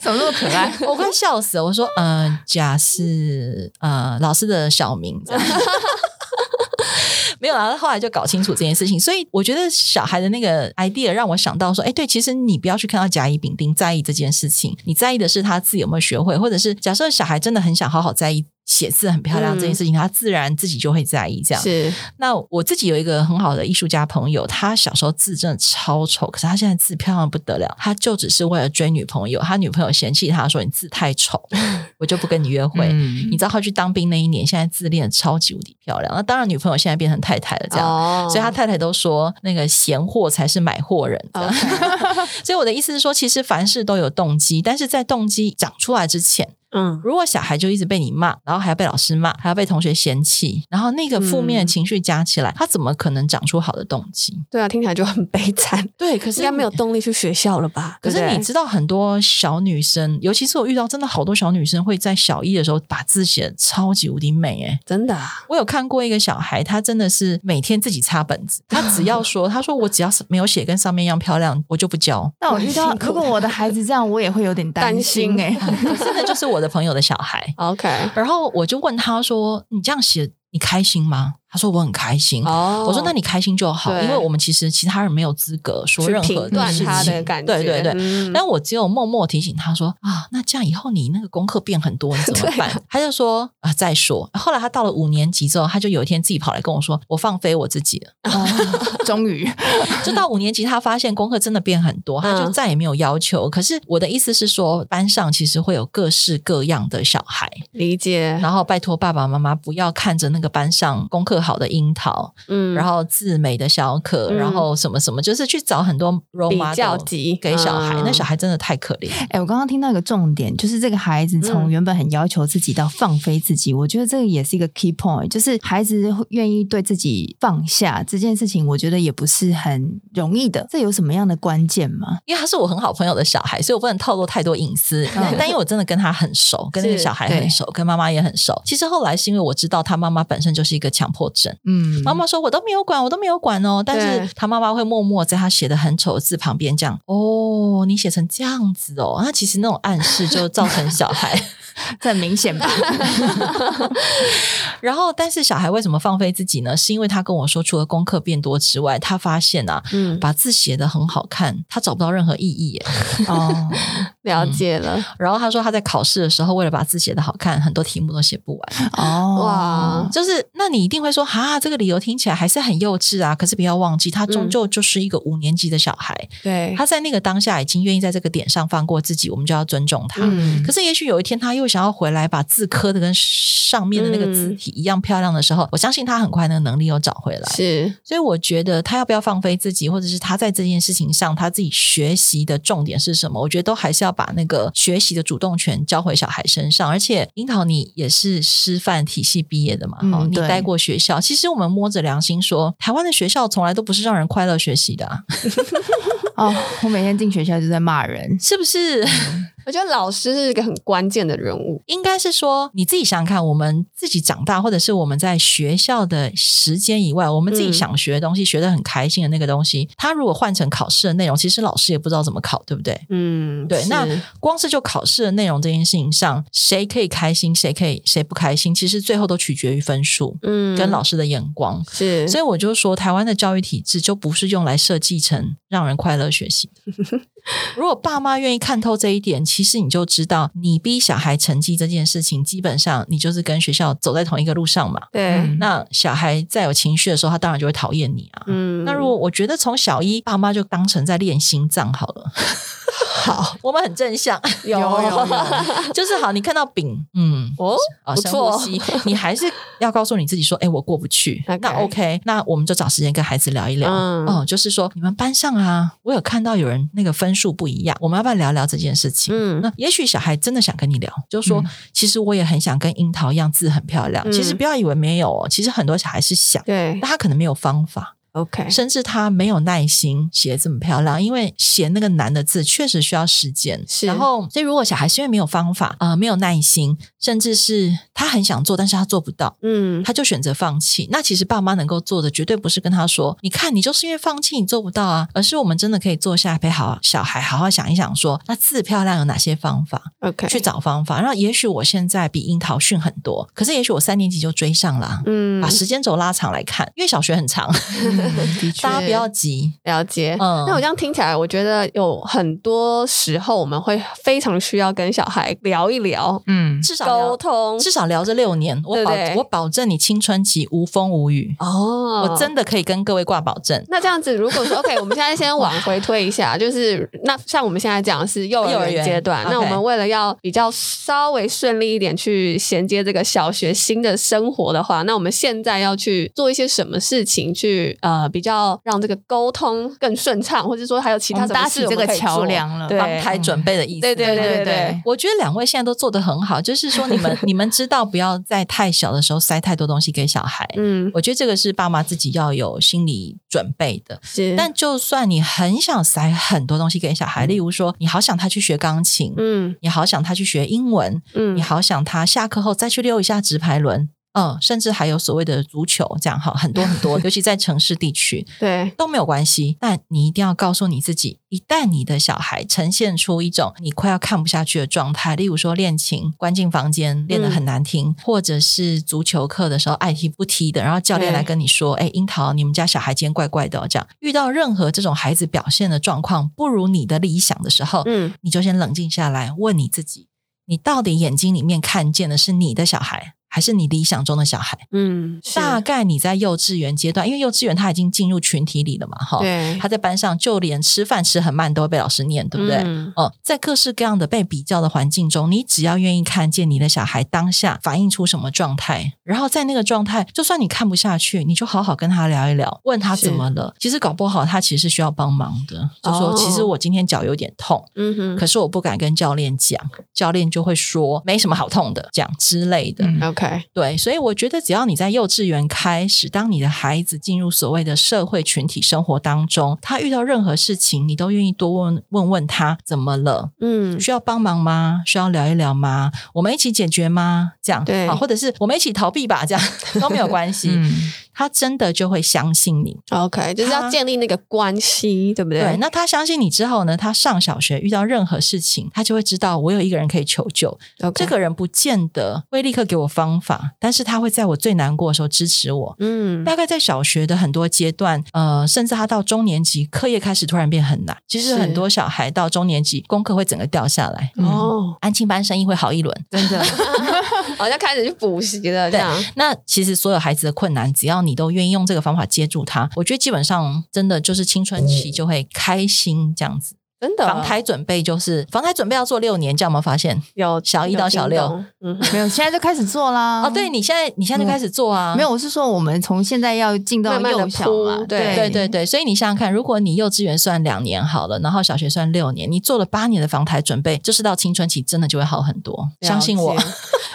Speaker 1: 怎么那么可 爱？
Speaker 3: 我快笑死了！我说：“呃，甲是呃老师的小名。”这样 没有啦，后来就搞清楚这件事情，所以我觉得小孩的那个 idea 让我想到说，哎，对，其实你不要去看到甲乙丙丁在意这件事情，你在意的是他字有没有学会，或者是假设小孩真的很想好好在意写字很漂亮这件事情，他自然自己就会在意这样。
Speaker 2: 是
Speaker 3: 那我自己有一个很好的艺术家朋友，他小时候字真的超丑，可是他现在字漂亮得不得了。他就只是为了追女朋友，他女朋友嫌弃他说你字太丑，我就不跟你约会。
Speaker 4: 嗯
Speaker 3: 你知道他去当兵那一年，现在字练得超级无敌漂亮。那当然，女朋友现在变成太太了，这样。
Speaker 2: 哦
Speaker 3: 所以他太太都说，那个闲货才是买货人。这样
Speaker 2: 哦 OK，
Speaker 3: 所以我的意思是说，其实凡事都有动机，但是在动机长出来之前，
Speaker 2: 嗯，
Speaker 3: 如果小孩就一直被你骂，然后还要被老师骂，还要被同学嫌弃，然后那个负面的情绪加起来，他怎么可能长出好的动机？
Speaker 2: 对啊，听起来就很悲惨，
Speaker 3: 对，可
Speaker 2: 应该没有。动力去学校了吧？
Speaker 3: 可是
Speaker 2: 对
Speaker 3: 你
Speaker 2: 不对
Speaker 3: 知道，很多小女生，尤其是我遇到真的好多小女生，会在小一的时候把字写的超级无敌美、欸。
Speaker 2: 真的啊
Speaker 3: 我有看过一个小孩，他真的是每天自己擦本子，他只要说，他说我只要是没有写跟上面一样漂亮，我就不教。
Speaker 1: 那我遇到如果我的孩子这样，我也会有点担心哎、
Speaker 2: 担
Speaker 3: 真的就是我的朋友的小孩。
Speaker 2: ？OK，
Speaker 3: 然后我就问他说：“你这样写，你开心吗？”他说：“我很开心。
Speaker 2: 哦
Speaker 3: 嗯我说：“那你开心就好，
Speaker 2: 对
Speaker 3: 因为我们其实其他人没有资格说
Speaker 2: 去
Speaker 3: 任何
Speaker 2: 评断
Speaker 3: 事
Speaker 2: 他的
Speaker 3: 情。
Speaker 2: 感觉，
Speaker 3: 对对对
Speaker 2: 嗯
Speaker 3: 但我只有默默提醒他说啊，那这样以后你那个功课变很 多，你怎么
Speaker 2: 对
Speaker 3: 办？他就说啊，再说。后来他到了五年级之后，他就有一天自己跑来跟我说，我放飞我自己了。
Speaker 1: 哦终于，
Speaker 3: 就到五年级，他发现功课真的变很
Speaker 2: 嗯
Speaker 3: 多，他就再也没有要求。可是我的意思是说，班上其实会有各式各样的小孩，
Speaker 2: 理解，
Speaker 3: 然后拜托爸爸妈妈不要看着那个班上功课好的樱桃，
Speaker 2: 嗯
Speaker 3: 然后自美的小可，
Speaker 2: 嗯
Speaker 3: 然后什么什么，就是去找很多 role
Speaker 2: 比
Speaker 3: model
Speaker 2: 较级
Speaker 3: 给小孩。
Speaker 2: 嗯
Speaker 3: 那小孩真的太可怜。
Speaker 1: 哎、我刚刚听到一个重点，就是这个孩子从
Speaker 2: 嗯
Speaker 1: 原本很要求自己到放飞自己，我觉得这个也是一个 key point，就是孩子会愿意对自己放下这件事情，我觉得也不是很容易的。这有什么样的关键吗？
Speaker 3: 因为他是我很好朋友的小孩，所以我不能透露太多隐私。
Speaker 1: 嗯
Speaker 3: 但因为我真的跟他很熟， 跟那个
Speaker 2: 是
Speaker 3: 小孩
Speaker 1: 对
Speaker 3: 很熟，跟妈妈也很熟。其实后来是因为我知道他妈妈本身就是一个强迫症。
Speaker 1: 嗯，
Speaker 2: 哦
Speaker 3: 妈妈说：“我都没有管，我都没有管哦。”但
Speaker 2: 对
Speaker 3: 是他妈妈会默默在他写的很丑的字旁边这样：“哦，你写成这样子哦。”那其实那种暗示就造成小孩。
Speaker 1: 这很明显吧？
Speaker 3: 然后，但是小孩为什么放飞自己呢？是因为他跟我说，除了功课变多之外，他发现啊，
Speaker 2: 嗯，
Speaker 3: 把字写得很好看，他找不到任何意义耶。
Speaker 1: 哦，
Speaker 2: 了
Speaker 3: 嗯
Speaker 2: 解了，
Speaker 3: 然后他说他在考试的时候，为了把字写得好看，很多题目都写 不完。
Speaker 1: 哦，
Speaker 2: 哇，
Speaker 3: 就是，那你一定会说，哈，这个理由听起来还是很幼稚啊。可是不要忘记，他终究就是一个五年级的小孩，
Speaker 2: 嗯对，
Speaker 3: 他在那个当下已经愿意在这个点上放过自己，我们就要尊重他。
Speaker 2: 嗯
Speaker 3: 可是，也许有一天他又想要回来，把字刻的跟上面的那个
Speaker 2: 嗯
Speaker 3: 字体一样漂亮的时候，我相信他很快那个能力又找回来。
Speaker 2: 是
Speaker 3: 所以，我觉得他要不要放飞自己，或者是他在这件事情上他自己学习的重点是什么？我觉得都还是要把那个学习的主动权交回小孩身上。而且，樱桃你也是师范体系毕业的嘛，
Speaker 1: 嗯
Speaker 3: 哦，你
Speaker 1: 对
Speaker 3: 待过学校。其实我们摸着良心说，台湾的学校从来都不是让人快乐学习的、啊，
Speaker 1: 哦，我每天进学校就在骂人，
Speaker 3: 是不是？
Speaker 2: 我觉得老师是一个很关键的人物，
Speaker 3: 应该是说你自己想想看，我们自己长大，或者是我们在学校的时间以外，我们自己
Speaker 2: 嗯
Speaker 3: 想学的东西，学得很开心的那个东西，它如果换成考试的内容，其实老师也不知道怎么考，对不对？
Speaker 2: 嗯，
Speaker 3: 对，
Speaker 2: 是
Speaker 3: 那光是就考试的内容这件事情上，谁可以开心，谁可以谁不开心，其实最后都取决于分数
Speaker 2: 嗯
Speaker 3: 跟老师的眼光。
Speaker 2: 是，
Speaker 3: 所
Speaker 2: 以
Speaker 3: 以我就说，台湾的教育体制就不是用来设计成让人快乐学习 的。如果爸妈愿意看透这一点，其实你就知道，你逼小孩成绩这件事情，基本上你就是跟学校走在同一个路上嘛。
Speaker 2: 对，
Speaker 1: 嗯
Speaker 3: 那小孩在有情绪的时候，他当然就会讨厌你啊。
Speaker 2: 嗯
Speaker 3: 那如果我觉得从小一爸妈就当成在练心脏好了， 好，我们很正向，
Speaker 2: 有
Speaker 1: 有有有
Speaker 3: 就是好。你看到丙，嗯，
Speaker 2: 哦，
Speaker 3: 啊，
Speaker 2: 不
Speaker 3: 深呼
Speaker 2: 错，
Speaker 3: 吸，你还是要告诉你自己说，哎、我过不去。
Speaker 2: OK
Speaker 3: 那 OK，那我们就找时间跟孩子聊一聊。
Speaker 2: 嗯
Speaker 3: 嗯就是说你们班上啊，我有看到有人那个分数不一样，我们要不要聊聊这件事情？
Speaker 2: 嗯
Speaker 3: 那也许小孩真的想跟你聊，就说、
Speaker 1: 嗯
Speaker 3: 其实我也很想跟樱桃一样字很漂亮。
Speaker 2: 嗯
Speaker 3: 其实不要以为没有哦，其实很多小孩是想，
Speaker 2: 对
Speaker 3: 但他可能没有方法，
Speaker 2: ，OK，
Speaker 3: 甚至他没有耐心写这么漂亮，因为写那个难的字确实需要时间。
Speaker 2: 是
Speaker 3: 然后所以如果小孩是因为没有方法，呃，没有耐心，甚至是他很想做，但是他做不到。
Speaker 2: 嗯，
Speaker 3: 他就选择放弃。那其实爸妈能够做的，绝对不是跟他说：“你看，你就是因为放弃，你做不到啊。”而是我们真的可以坐下来陪好小孩，好好想一想说那字漂亮有哪些方法，
Speaker 2: OK，
Speaker 3: 去找方法。然后，也许我现在比樱桃逊很多，可是也许我三年级就追上了啊。
Speaker 2: 嗯
Speaker 3: 把，时间轴拉长来看，因为小学很长，
Speaker 1: 的确
Speaker 3: 大家不要急。
Speaker 2: 了解。
Speaker 3: 嗯
Speaker 2: 那我这样听起来，我觉得有很多时候我们会非常需要跟小孩聊一聊，
Speaker 1: 嗯，
Speaker 3: 至少
Speaker 2: 沟
Speaker 3: 聊
Speaker 2: 通。
Speaker 3: 至少聊这六年，我
Speaker 2: 对
Speaker 3: 保
Speaker 2: 对
Speaker 3: 我保证你青春期无风无雨，
Speaker 2: 哦
Speaker 3: 我真的可以跟各位挂保证。
Speaker 2: 那这样子，如果说 OK，我们现在先往回推一下，就是那像我们现在讲的是幼
Speaker 3: 幼
Speaker 2: 儿
Speaker 3: 儿
Speaker 2: 园
Speaker 3: 园
Speaker 2: 阶段，
Speaker 3: OK
Speaker 2: 那我们为了要比较稍微顺利一点去衔接这个小学新的生活的话，那我们现在要去做一些什么事情去呃比较让这个沟通更顺畅，或者说还有其
Speaker 1: 我
Speaker 2: 他
Speaker 1: 们
Speaker 2: 什么
Speaker 1: 搭
Speaker 2: 事
Speaker 1: 起
Speaker 2: 我
Speaker 1: 这个
Speaker 2: 们可以做
Speaker 1: 桥梁了，
Speaker 2: 对
Speaker 3: 帮台准备的意思，
Speaker 2: 对对对对
Speaker 1: 对
Speaker 2: 对
Speaker 1: 对，
Speaker 3: 我觉得两位现在都做得很好，就是说你 们你们知道不要在太小的时候塞太多东西给小孩。
Speaker 2: 嗯，
Speaker 3: 我觉得这个是爸妈自己要有心理准备的。
Speaker 2: 是，
Speaker 3: 但就算你很想塞很多东西给小孩，例如说你好想他去学钢琴，
Speaker 2: 嗯
Speaker 3: 你好想他去学英文，
Speaker 2: 嗯
Speaker 3: 你好想他下课后再去溜一下直排轮，嗯，甚至还有所谓的足球这样哈，很多很 多，尤其在城市地区，
Speaker 2: 对，
Speaker 3: 都没有关系，但你一定要告诉你自己，一旦你的小孩呈现出一种你快要看不下去的状态，例如说练琴关进房间练
Speaker 2: 嗯
Speaker 3: 得很难听，或者是足球课的时候爱踢不踢的，然后教练
Speaker 2: 对
Speaker 3: 来跟你说：“哎，樱桃，你们家小孩今天怪怪的、哦。”这样遇到任何这种孩子表现的状况不如你的理想的时候，
Speaker 2: 嗯
Speaker 3: 你就先冷静下来，问你自己：你到底眼睛里面看见的是你的小孩，还是你理想中的小孩？
Speaker 2: 嗯，是
Speaker 3: 大概你在幼稚园阶段，因为幼稚园他已经进入群体里了嘛，哈，
Speaker 2: 对，
Speaker 3: 他在班上就连吃饭吃很慢都会被老师念，哦对不对？
Speaker 2: 嗯
Speaker 3: 哦，在各式各样的被比较的环境中，你只要愿意看见你的小孩当下反映出什么状态，然后在那个状态，就算你看不下去，你就好好跟他聊一聊，问他怎么了。其实搞不好他其实需要帮忙的，就说、
Speaker 2: 哦
Speaker 3: 其实我今天脚有点痛，
Speaker 2: 嗯哼
Speaker 3: 可是我不敢跟教练讲，教练就会说没什么好痛的，这样之类的。
Speaker 1: 嗯
Speaker 2: ，OK，
Speaker 3: 对，所以我觉得只要你在幼稚园开始，当你的孩子进入所谓的社会群体生活当中，他遇到任何事情，你都愿意多问问问他怎么了，
Speaker 2: 嗯
Speaker 3: 需要帮忙吗？需要聊一聊吗？我们一起解决吗？这样
Speaker 2: 对
Speaker 3: 啊或者是我们一起逃避吧，这样都没有关系。
Speaker 1: 嗯
Speaker 3: 他真的就会相信你。
Speaker 2: ，OK，就是要
Speaker 3: 他
Speaker 2: 建立那个关系，对不
Speaker 3: 对，
Speaker 2: 对？
Speaker 3: 那他相信你之后呢？他上小学遇到任何事情，他就会知道我有一个人可以求救，
Speaker 2: 那 OK，
Speaker 3: 这个人不见得会立刻给我方法，但是他会在我最难过的时候支持我。
Speaker 2: 嗯，
Speaker 3: 大概在小学的很多阶段，呃，甚至他到中年级，课业开始突然变很难。其
Speaker 2: 是
Speaker 3: 实很多小孩到中年级，功课会整个掉下来。
Speaker 1: 嗯
Speaker 2: 哦，
Speaker 3: 安亲班生意会好一轮。
Speaker 1: 真的，
Speaker 2: 好像开始去补习了这样。
Speaker 3: 那其实所有孩子的困难，只要你都愿意用这个方法接住他，我觉得基本上真的就是青春期就会开心这样子。
Speaker 2: 真的哦
Speaker 3: 防台准备就是防台准备要做六年，这样有没有发现？
Speaker 2: 有
Speaker 3: 小一到小六，
Speaker 2: 有听懂嗯，
Speaker 1: 没有，现在就开始做啦。
Speaker 3: 哦，对你现在你现在就开始做啊，
Speaker 1: 没有，我是说我们从现在要进到
Speaker 2: 慢慢地
Speaker 1: 幼小嘛
Speaker 2: 铺，对
Speaker 3: 对对对，所以你想想看，如果你幼稚园算两年好了，然后小学算六年，你做了八年的防台准备，就是到青春期真的就会好很多，相信我
Speaker 2: 了。解。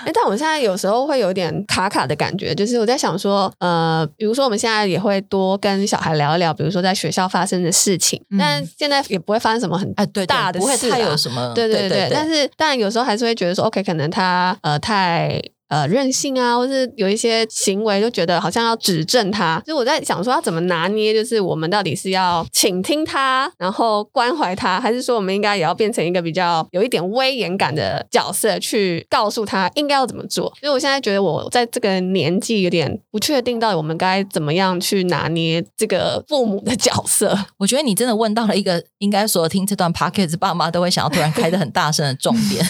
Speaker 2: 哎，但我现在有时候会有点卡卡的感觉，就是我在想说，呃，比如说我们现在也会多跟小孩聊一聊，比如说在学校发生的事情，
Speaker 1: 嗯
Speaker 2: 但现在也不会发生什么很
Speaker 3: 哎，对对
Speaker 2: 大的
Speaker 3: 不会
Speaker 2: 事
Speaker 3: 太
Speaker 2: 啊
Speaker 3: 有什么，
Speaker 2: 对
Speaker 3: 对
Speaker 2: 对对，但
Speaker 3: 是
Speaker 2: 是但有时候还是会觉得说，OK，可能他呃太。呃，任性啊，或是有一些行为，就觉得好像要指正他。就是我在想说，要怎么拿捏？就是我们到底是要倾听他，然后关怀他，还是说我们应该也要变成一个比较有一点威严感的角色，去告诉他应该要怎么做？所以我现在觉得我在这个年纪有点不确定，到底我们该怎么样去拿捏这个父母的角色。
Speaker 3: 我觉得你真的问到了一个应该所有听这段 p o c k e t 爸 妈都会想要突然开的很大声的重点，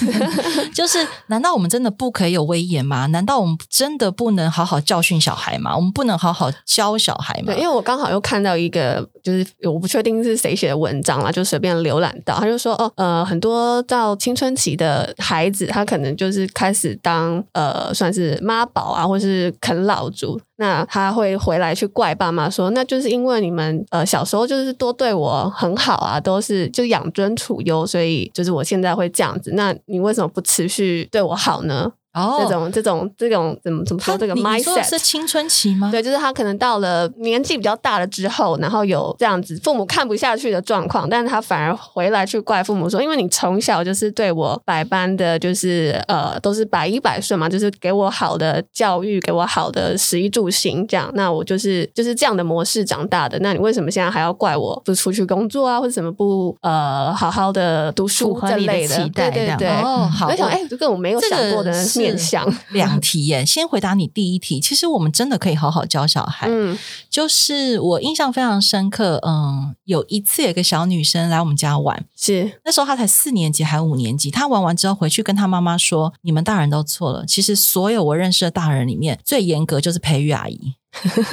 Speaker 3: 就是难道我们真的不可以有威严吗？难道我们真的不能好好教训小孩吗？我们不能好好教小孩吗
Speaker 2: 对，因？为我刚好又看到一个，就是我不确定是谁写的文章啦，就随便浏览到，他就说哦，呃，很多到青春期的孩子，他可能就是开始当呃，算是妈宝啊，或是啃老族。那他会回来去怪爸妈说，那就是因为你们呃小时候就是多对我很好啊，都是就是养尊处优，所以就是我现在会这样子。那你为什么不持续对我好呢？这
Speaker 3: 哦，
Speaker 2: 种这种这种怎么怎么说这个
Speaker 3: 你你说的
Speaker 2: mindset
Speaker 3: 是青春期吗？
Speaker 2: 对，就是他可能到了年纪比较大了之后，然后有这样子父母看不下去的状况，但是他反而回来去怪父母说，因为你从小就是对我百般的，就是呃，都是百依百顺嘛，就是给我好的教育，给我好的食衣住行这样，那我就是就是这样的模式长大的，那你为什么现在还要怪我不出去工作啊，或者什么不呃好好的读
Speaker 1: 符
Speaker 2: 书
Speaker 1: 合
Speaker 2: 这
Speaker 1: 你的
Speaker 2: 类
Speaker 1: 期待
Speaker 2: 对
Speaker 1: 这
Speaker 2: 对
Speaker 1: 样
Speaker 2: 对。
Speaker 3: 哦，好，
Speaker 2: 我就想，
Speaker 3: 我
Speaker 2: 哎、这个我没有
Speaker 3: 这
Speaker 2: 想
Speaker 3: 个
Speaker 2: 过的
Speaker 3: 是
Speaker 2: 面向，
Speaker 3: 两题耶，先回答你第一题。其实我们真的可以好好教小孩，
Speaker 2: 嗯
Speaker 3: 就是我印象非常深刻。嗯，有一次有一个小女生来我们家玩，
Speaker 2: 是
Speaker 3: 那时候她才四年级还五年级，她玩完之后回去跟她妈妈说：“你们大人都错了，其实所有我认识的大人里面最严格就是培育阿姨。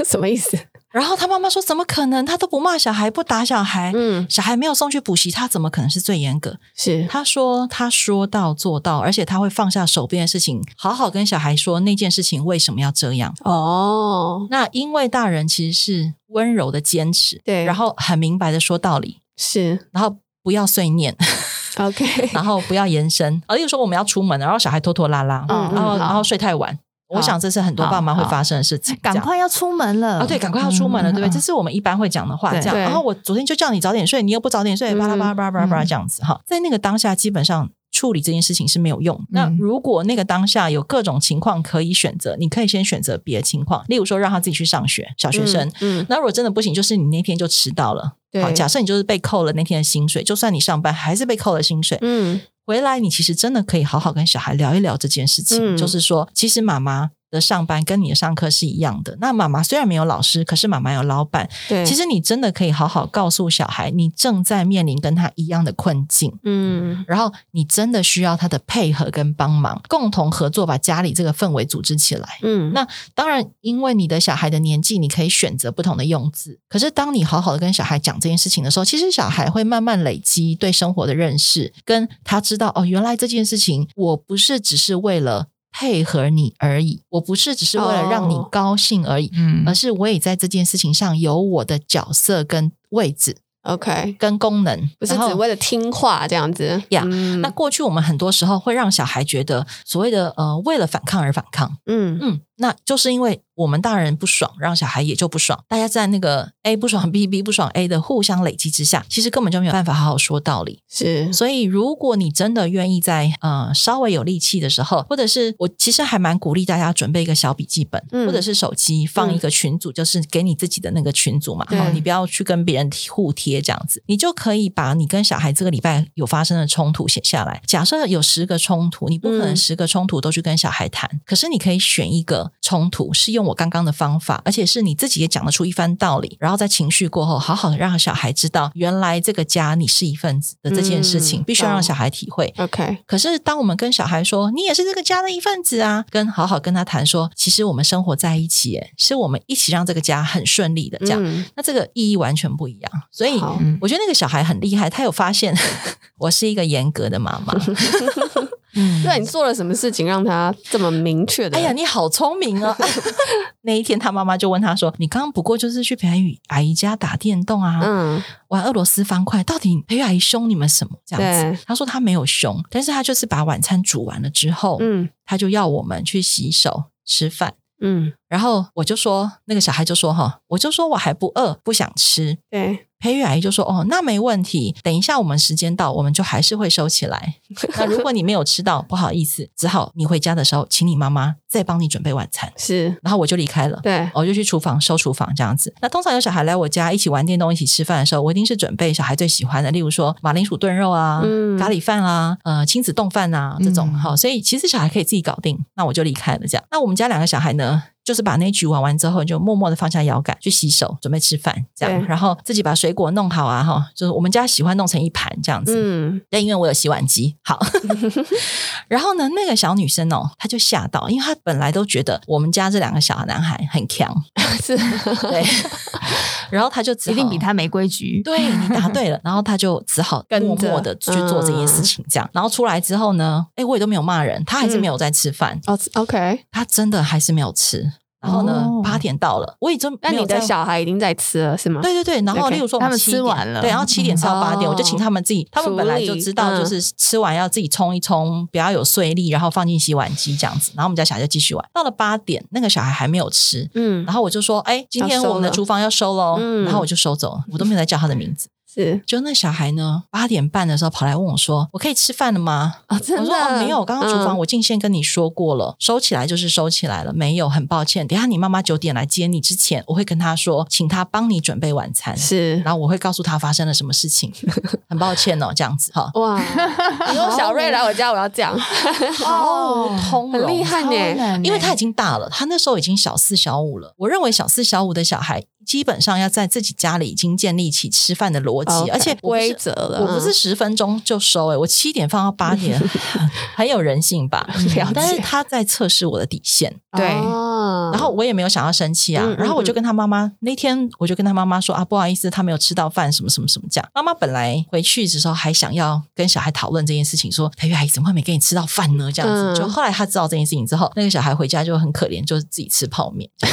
Speaker 2: 什么意思？”
Speaker 3: 然后她妈妈说：“怎么可能？她都不骂小孩，不打小孩。
Speaker 2: 嗯，
Speaker 3: 小孩没有送去补习，她怎么可能是最严格？
Speaker 2: 是
Speaker 3: 他说他说到做到，而且他会放下手边的事情，好好跟小孩说那件事情为什么要这样。
Speaker 2: 哦，
Speaker 3: 那因为大人其实是温柔的坚持，
Speaker 2: 对
Speaker 3: 然后很明白的说道理，
Speaker 2: 是
Speaker 3: 然后不要碎念，
Speaker 2: OK，
Speaker 3: 然后不要延伸。哦而例如说我们要出门了，然后小孩拖拖拉拉，
Speaker 1: 嗯
Speaker 3: 然后
Speaker 1: 嗯好
Speaker 3: 然后睡太晚，我
Speaker 1: 好
Speaker 3: 想这是很多爸妈会
Speaker 1: 好
Speaker 3: 发生的事情。
Speaker 1: 赶
Speaker 3: 这样
Speaker 1: 快要出门了
Speaker 3: 啊，对，赶快要出门了，
Speaker 1: 嗯
Speaker 3: 对不对？
Speaker 1: 嗯
Speaker 3: 这是我们一般会讲的话，
Speaker 1: 对
Speaker 3: 这样。
Speaker 2: 对
Speaker 3: 然后我昨天就叫你早点睡，你又不早点睡，
Speaker 2: 嗯
Speaker 3: 巴拉巴拉巴拉巴拉巴拉
Speaker 1: 嗯
Speaker 3: 这样子哈。在那个当下，基本上处理这件事情是没有用。那
Speaker 1: 嗯
Speaker 3: 如果那个当下有各种情况可以选择，你可以先选择别的情况，例如说让他自己去上学，小学生。
Speaker 2: 嗯，嗯
Speaker 3: 那如果真的不行，就是你那天就迟到了。好，
Speaker 2: 对，
Speaker 3: 假设你就是被扣了那天的薪水，就算你上班还是被扣了薪水，
Speaker 2: 嗯
Speaker 3: 回来你其实真的可以好好跟小孩聊一聊这件事情，
Speaker 2: 嗯
Speaker 3: 就是说，其实妈妈。的上班跟你的上课是一样的。那妈妈虽然没有老师，可是妈妈有老板。
Speaker 2: 对，
Speaker 3: 其实你真的可以好好告诉小孩，你正在面临跟他一样的困境，
Speaker 2: 嗯
Speaker 3: 然后你真的需要他的配合跟帮忙，共同合作把家里这个氛围组织起来。
Speaker 2: 嗯，
Speaker 3: 那当然，因为你的小孩的年纪，你可以选择不同的用字。可是，当你好好的跟小孩讲这件事情的时候，其实小孩会慢慢累积对生活的认识，跟他知道哦，原来这件事情我不是只是为了配合你而已，我不是只是为了让你
Speaker 2: 哦
Speaker 3: 高兴而已，
Speaker 1: 嗯
Speaker 3: 而是我也在这件事情上有我的角色跟位置
Speaker 2: OK，
Speaker 3: 跟功能，
Speaker 2: 不是
Speaker 3: 然后
Speaker 2: 只为了听话这样子
Speaker 3: 呀
Speaker 2: 嗯
Speaker 3: 那过去我们很多时候会让小孩觉得所谓的呃为了反抗而反抗，
Speaker 2: 嗯
Speaker 3: 嗯，那就是因为我们大人不爽，让小孩也就不爽。大家在那个 A 不爽 B，B 不爽 A 的互相累积之下，其实根本就没有办法好好说道理。
Speaker 2: 是
Speaker 3: 所以，如果你真的愿意在呃稍微有力气的时候，或者是我其实还蛮鼓励大家准备一个小笔记本，
Speaker 2: 嗯
Speaker 3: 或者是手机放一个群组，就是给你自己的那个群组嘛，
Speaker 2: 对
Speaker 3: 哈，你不要去跟别人互贴这样子，你就可以把你跟小孩这个礼拜有发生的冲突写下来。假设有十个冲突，你不可能
Speaker 2: 嗯
Speaker 3: 十个冲突都去跟小孩谈，可是你可以选一个冲突是用我刚刚的方法，而且是你自己也讲得出一番道理，然后在情绪过后，好好的让小孩知道，原来这个家你是一份子的这件事情，
Speaker 2: 嗯
Speaker 3: 必须要让
Speaker 2: 懂
Speaker 3: 小孩体会。
Speaker 2: OK，
Speaker 3: 可是，当我们跟小孩说“你也是这个家的一份子啊”，跟好好跟他谈说，其实我们生活在一起，哎是我们一起让这个家很顺利的这样，
Speaker 2: 嗯
Speaker 3: 那这个意义完全不一样。所以，
Speaker 2: 好
Speaker 1: 嗯
Speaker 3: 我觉得那个小孩很厉害，他有发现 我是一个严格的妈 妈。
Speaker 1: 嗯
Speaker 2: 那你做了什么事情让他这么明确的？
Speaker 3: 哎呀，你好聪明 啊！那一天，他妈妈就问他说：“你刚刚不过就是去培宇阿姨家打电动啊，
Speaker 2: 嗯，
Speaker 3: 玩俄罗斯方块，到底培育阿姨凶你们什么？”这样
Speaker 2: 对
Speaker 3: 子，他说他没有凶，但是他就是把晚餐煮完了之后，
Speaker 2: 嗯
Speaker 3: 他就要我们去洗手吃饭。
Speaker 2: 嗯，
Speaker 3: 然后我就说，那个小孩就说：“哈，我就说我还不饿，不想吃。”
Speaker 2: 对，
Speaker 3: 培育阿姨就说：“哦，那没问题，等一下我们时间到，我们就还是会收起来。那如果你没有吃到，不好意思，只好你回家的时候，请你妈妈再帮你准备晚餐。”
Speaker 2: 是，
Speaker 3: 然后我就离开了。
Speaker 2: 对，
Speaker 3: 我哦就去厨房收厨房这样子。那通常有小孩来我家一起玩电动、一起吃饭的时候，我一定是准备小孩最喜欢的，例如说马铃薯炖肉啊、
Speaker 2: 嗯
Speaker 3: 咖喱饭啊、呃亲子冻饭啊这种
Speaker 1: 嗯
Speaker 3: 哈、所以其实小孩可以自己搞定。那我就离开了这样。那我们家两个小孩呢，就是把那一局玩完之后，你就默默的放下摇杆去洗手，准备吃饭，这样，
Speaker 2: 对
Speaker 3: 然后自己把水果弄好啊，哈，就是我们家喜欢弄成一盘这样子。
Speaker 2: 嗯，
Speaker 3: 但因为我有洗碗机， 好。 然后呢，那个小女生哦，她就吓到，因为她本来都觉得我们家这两个小男孩很强，
Speaker 2: 是，
Speaker 3: 对。 然后她就只
Speaker 1: 一定
Speaker 3: 好
Speaker 1: 比他没规矩。
Speaker 3: 对你答对 了，然后他就只好
Speaker 1: 跟
Speaker 3: 默
Speaker 1: 着嗯
Speaker 3: 默的去做这件事情，这样。然后出来之后呢，哎，我也都没有骂人，他还是没有在吃饭，
Speaker 2: 哦，OK，
Speaker 3: 他真的还是没有吃。然后呢
Speaker 1: 哦，
Speaker 3: 八、点到了，我已经
Speaker 2: 那
Speaker 3: 没有
Speaker 2: 你的
Speaker 3: 在
Speaker 2: 小孩已经在吃了是吗？
Speaker 3: 对对对，然后
Speaker 2: OK，
Speaker 3: 例如说我
Speaker 1: 他们
Speaker 3: 7
Speaker 1: 吃
Speaker 3: 点
Speaker 1: 完了嗯
Speaker 3: 对，然后七点吃到八
Speaker 2: 哦
Speaker 3: 点，我就请他们自己，他们本来就知道，
Speaker 2: 处理
Speaker 3: 就是吃完要自己冲一冲，不要有碎粒，然后放进洗碗机这样子。然后我们家小孩就继续玩，到了八点，那个小孩还没有吃。
Speaker 2: 嗯，
Speaker 3: 然后我就说，哎，今天
Speaker 2: 要收
Speaker 3: 我们的
Speaker 2: 了
Speaker 3: 厨房要收喽，
Speaker 2: 嗯
Speaker 3: 然后我就收走了，我都没有再叫他的名字。
Speaker 2: 是
Speaker 3: 就那小孩呢，八点半的时候跑来问我说：“我可以吃饭了吗？”
Speaker 2: 哦，真的
Speaker 3: 我说：“哦，没有，刚刚厨房
Speaker 2: 嗯
Speaker 3: 我进线跟你说过了，收起来就是收起来了，没有，很抱歉。等一下你妈妈九点来接你之前，我会跟她说，请她帮你准备 晚餐，
Speaker 2: 是
Speaker 3: 然后我会告诉她发生了什么事情，很抱歉哦，这样 子哈。
Speaker 2: 哇，以后小瑞来我家，我要这样，
Speaker 3: 哦好通
Speaker 2: 哦很厉
Speaker 3: 融，
Speaker 2: 害
Speaker 1: 超
Speaker 2: 呢。
Speaker 1: 难欸
Speaker 3: 因为 他已经大了，他那时候已经小四小五了。我认为小四小五的小孩基本上要在自己家里已经建立起吃饭的逻辑，
Speaker 2: OK，
Speaker 3: 而且我不是
Speaker 2: 规则了
Speaker 3: 我不是
Speaker 2: 嗯
Speaker 3: 十分钟就收、欸，我七点放到八 点，很有人性吧？
Speaker 2: 了解
Speaker 3: 但是他在测试我的底线。
Speaker 1: 对
Speaker 2: 哦
Speaker 3: 然后我也没有想要生气啊，
Speaker 2: 嗯嗯
Speaker 3: 然后我就跟他妈妈那天我就跟他妈妈说啊，不好意思，他没有吃到饭，什么什么什么这样。妈妈本来回去的时候还想要跟小孩讨论这件事情，说培育阿姨怎么会没给你吃到饭呢？这样子，
Speaker 2: 嗯
Speaker 3: 就后来他知道这件事情之后，那个小孩回家就很可怜，就是自己吃泡面。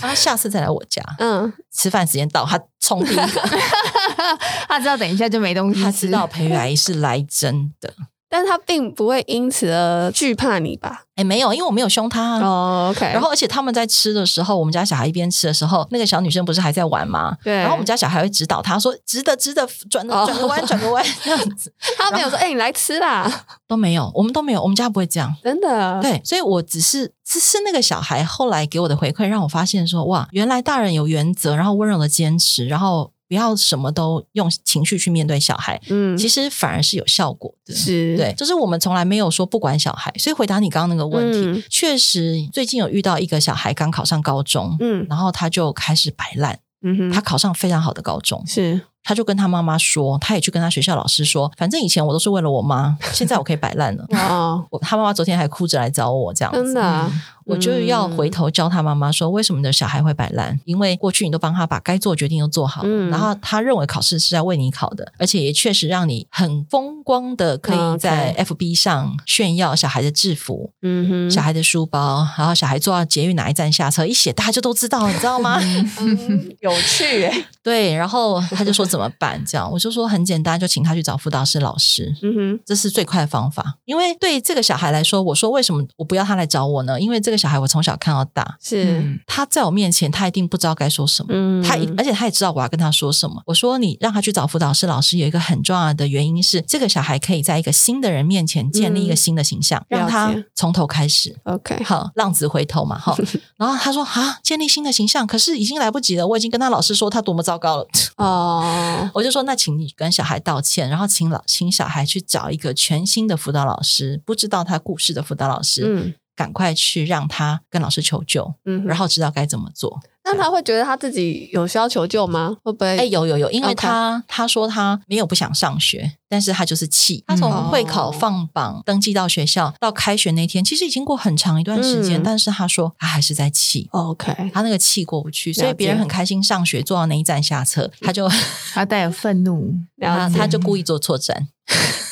Speaker 3: 他下次再来我家，
Speaker 2: 嗯，
Speaker 3: 吃饭时间到，他冲第一个，
Speaker 1: 啊他知道等一下就没东西吃，
Speaker 3: 他知道培育阿姨是来真的。
Speaker 2: 但他并不会因此而惧怕你吧？
Speaker 3: 哎，没有，因为我没有凶他
Speaker 1: 嗯
Speaker 3: 啊。
Speaker 2: 哦，OK，
Speaker 3: 然后，而且他们在吃的时候，我们家小孩一边吃的时候，那个小女生不是还在玩吗？
Speaker 2: 对，
Speaker 3: 然后我们家小孩会指导他说：“直的，直的，转的，
Speaker 2: 哦
Speaker 3: 转个弯，转个弯，这样子
Speaker 2: 他没有说，哎，你来吃啦，
Speaker 3: 都没有，我们都没有，我们家不会这样。
Speaker 2: 真的，
Speaker 3: 对，所以我只是只是那个小孩后来给我的回馈，让我发现说，哇，原来大人有原则，然后温柔的坚持，然后不要什么都用情绪去面对小孩，
Speaker 2: 嗯，
Speaker 3: 其实反而是有效果的。
Speaker 2: 是，
Speaker 3: 对，就是我们从来没有说不管小孩，所以回答你刚刚那个问题，
Speaker 2: 嗯
Speaker 3: 确实最近有遇到一个小孩刚考上高中，
Speaker 2: 嗯
Speaker 3: 然后他就开始摆烂，
Speaker 2: 嗯哼，
Speaker 3: 他考上非常好的高中，
Speaker 2: 是
Speaker 3: 他就跟他妈妈说，他也去跟他学校老师说，反正以前我都是为了我妈，现在我可以摆烂了。
Speaker 2: 哦，
Speaker 3: 我他妈妈昨天还哭着来找我，这样子
Speaker 2: 真的啊，
Speaker 3: 我就要回头教他妈妈说，为什么你的小孩会摆烂？因为过去你都帮他把该做的决定都做好了，
Speaker 2: 嗯
Speaker 3: 然后他认为考试是在为你考的，而且也确实让你很风光的可以在 FB 上炫耀小孩的制服、
Speaker 2: 嗯哼，
Speaker 3: 小孩的书包，然后小孩坐到捷运哪一站下车，一写大家就都知道，你知道吗？
Speaker 2: 嗯有趣耶，
Speaker 3: 对，然后他就说怎么办？这样我就说很简单，就请他去找辅导室老师。
Speaker 2: 嗯哼，
Speaker 3: 这是最快的方法，因为对这个小孩来说，我说为什么我不要他来找我呢？因为这个小孩我从小看到大，
Speaker 2: 是，
Speaker 1: 嗯
Speaker 3: 他在我面前他一定不知道该说什么，
Speaker 2: 嗯，
Speaker 3: 他一而且他也知道我要跟他说什么。我说你让他去找辅导室老师，有一个很重要的原因是，这个小孩可以在一个新的人面前建立一个新的形象，
Speaker 2: 嗯
Speaker 3: 让
Speaker 2: 了
Speaker 3: 他
Speaker 2: 解
Speaker 3: 从头开始。
Speaker 2: OK，
Speaker 3: 好，浪子回 头嘛，哈。然后他说啊，建立新的形象，可是已经来不及了，我已经跟他老师说他多么糟糕了。
Speaker 2: 哦，
Speaker 3: 我就说，那请你跟小孩道歉，然后请老请小孩去找一个全新的辅导老师，不知道他故事的辅导老师，
Speaker 2: 嗯
Speaker 3: 赶快去让他跟老师求救，
Speaker 2: 嗯哼，
Speaker 3: 然后知道该怎么做。
Speaker 2: 那他会觉得他自己有需要求救吗？会不会？
Speaker 3: 哎、有有有，因为
Speaker 2: OK
Speaker 3: 他他说他没有不想上学，但是他就是气。他从
Speaker 2: 嗯
Speaker 3: 会考放榜、登记到学校到开学那天，其实已经过很长一段时间，
Speaker 2: 嗯
Speaker 3: 但是他说他还是在气。
Speaker 2: 哦 OK，
Speaker 3: 他那个气过不去，所以
Speaker 2: 了解嗯
Speaker 3: 别人很开心上学，坐到那一站下车，他就
Speaker 1: 他带有愤怒，
Speaker 3: 他
Speaker 2: 了解
Speaker 3: 他就故意坐错站，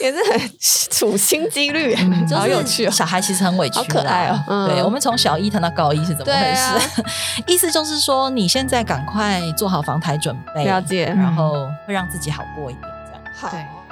Speaker 2: 也是很 处心积虑，
Speaker 1: 嗯
Speaker 3: 就是
Speaker 2: 好有趣哦。
Speaker 3: 小孩其实很委屈啦，
Speaker 2: 好可爱哦嗯
Speaker 3: 对我们从小一谈到高一是怎么回
Speaker 2: 对啊
Speaker 3: 事？意思就是说，你现在赶快做好防台准备，
Speaker 2: 了解嗯
Speaker 3: 然后会让自己好过一点，这样。
Speaker 2: 好
Speaker 1: 对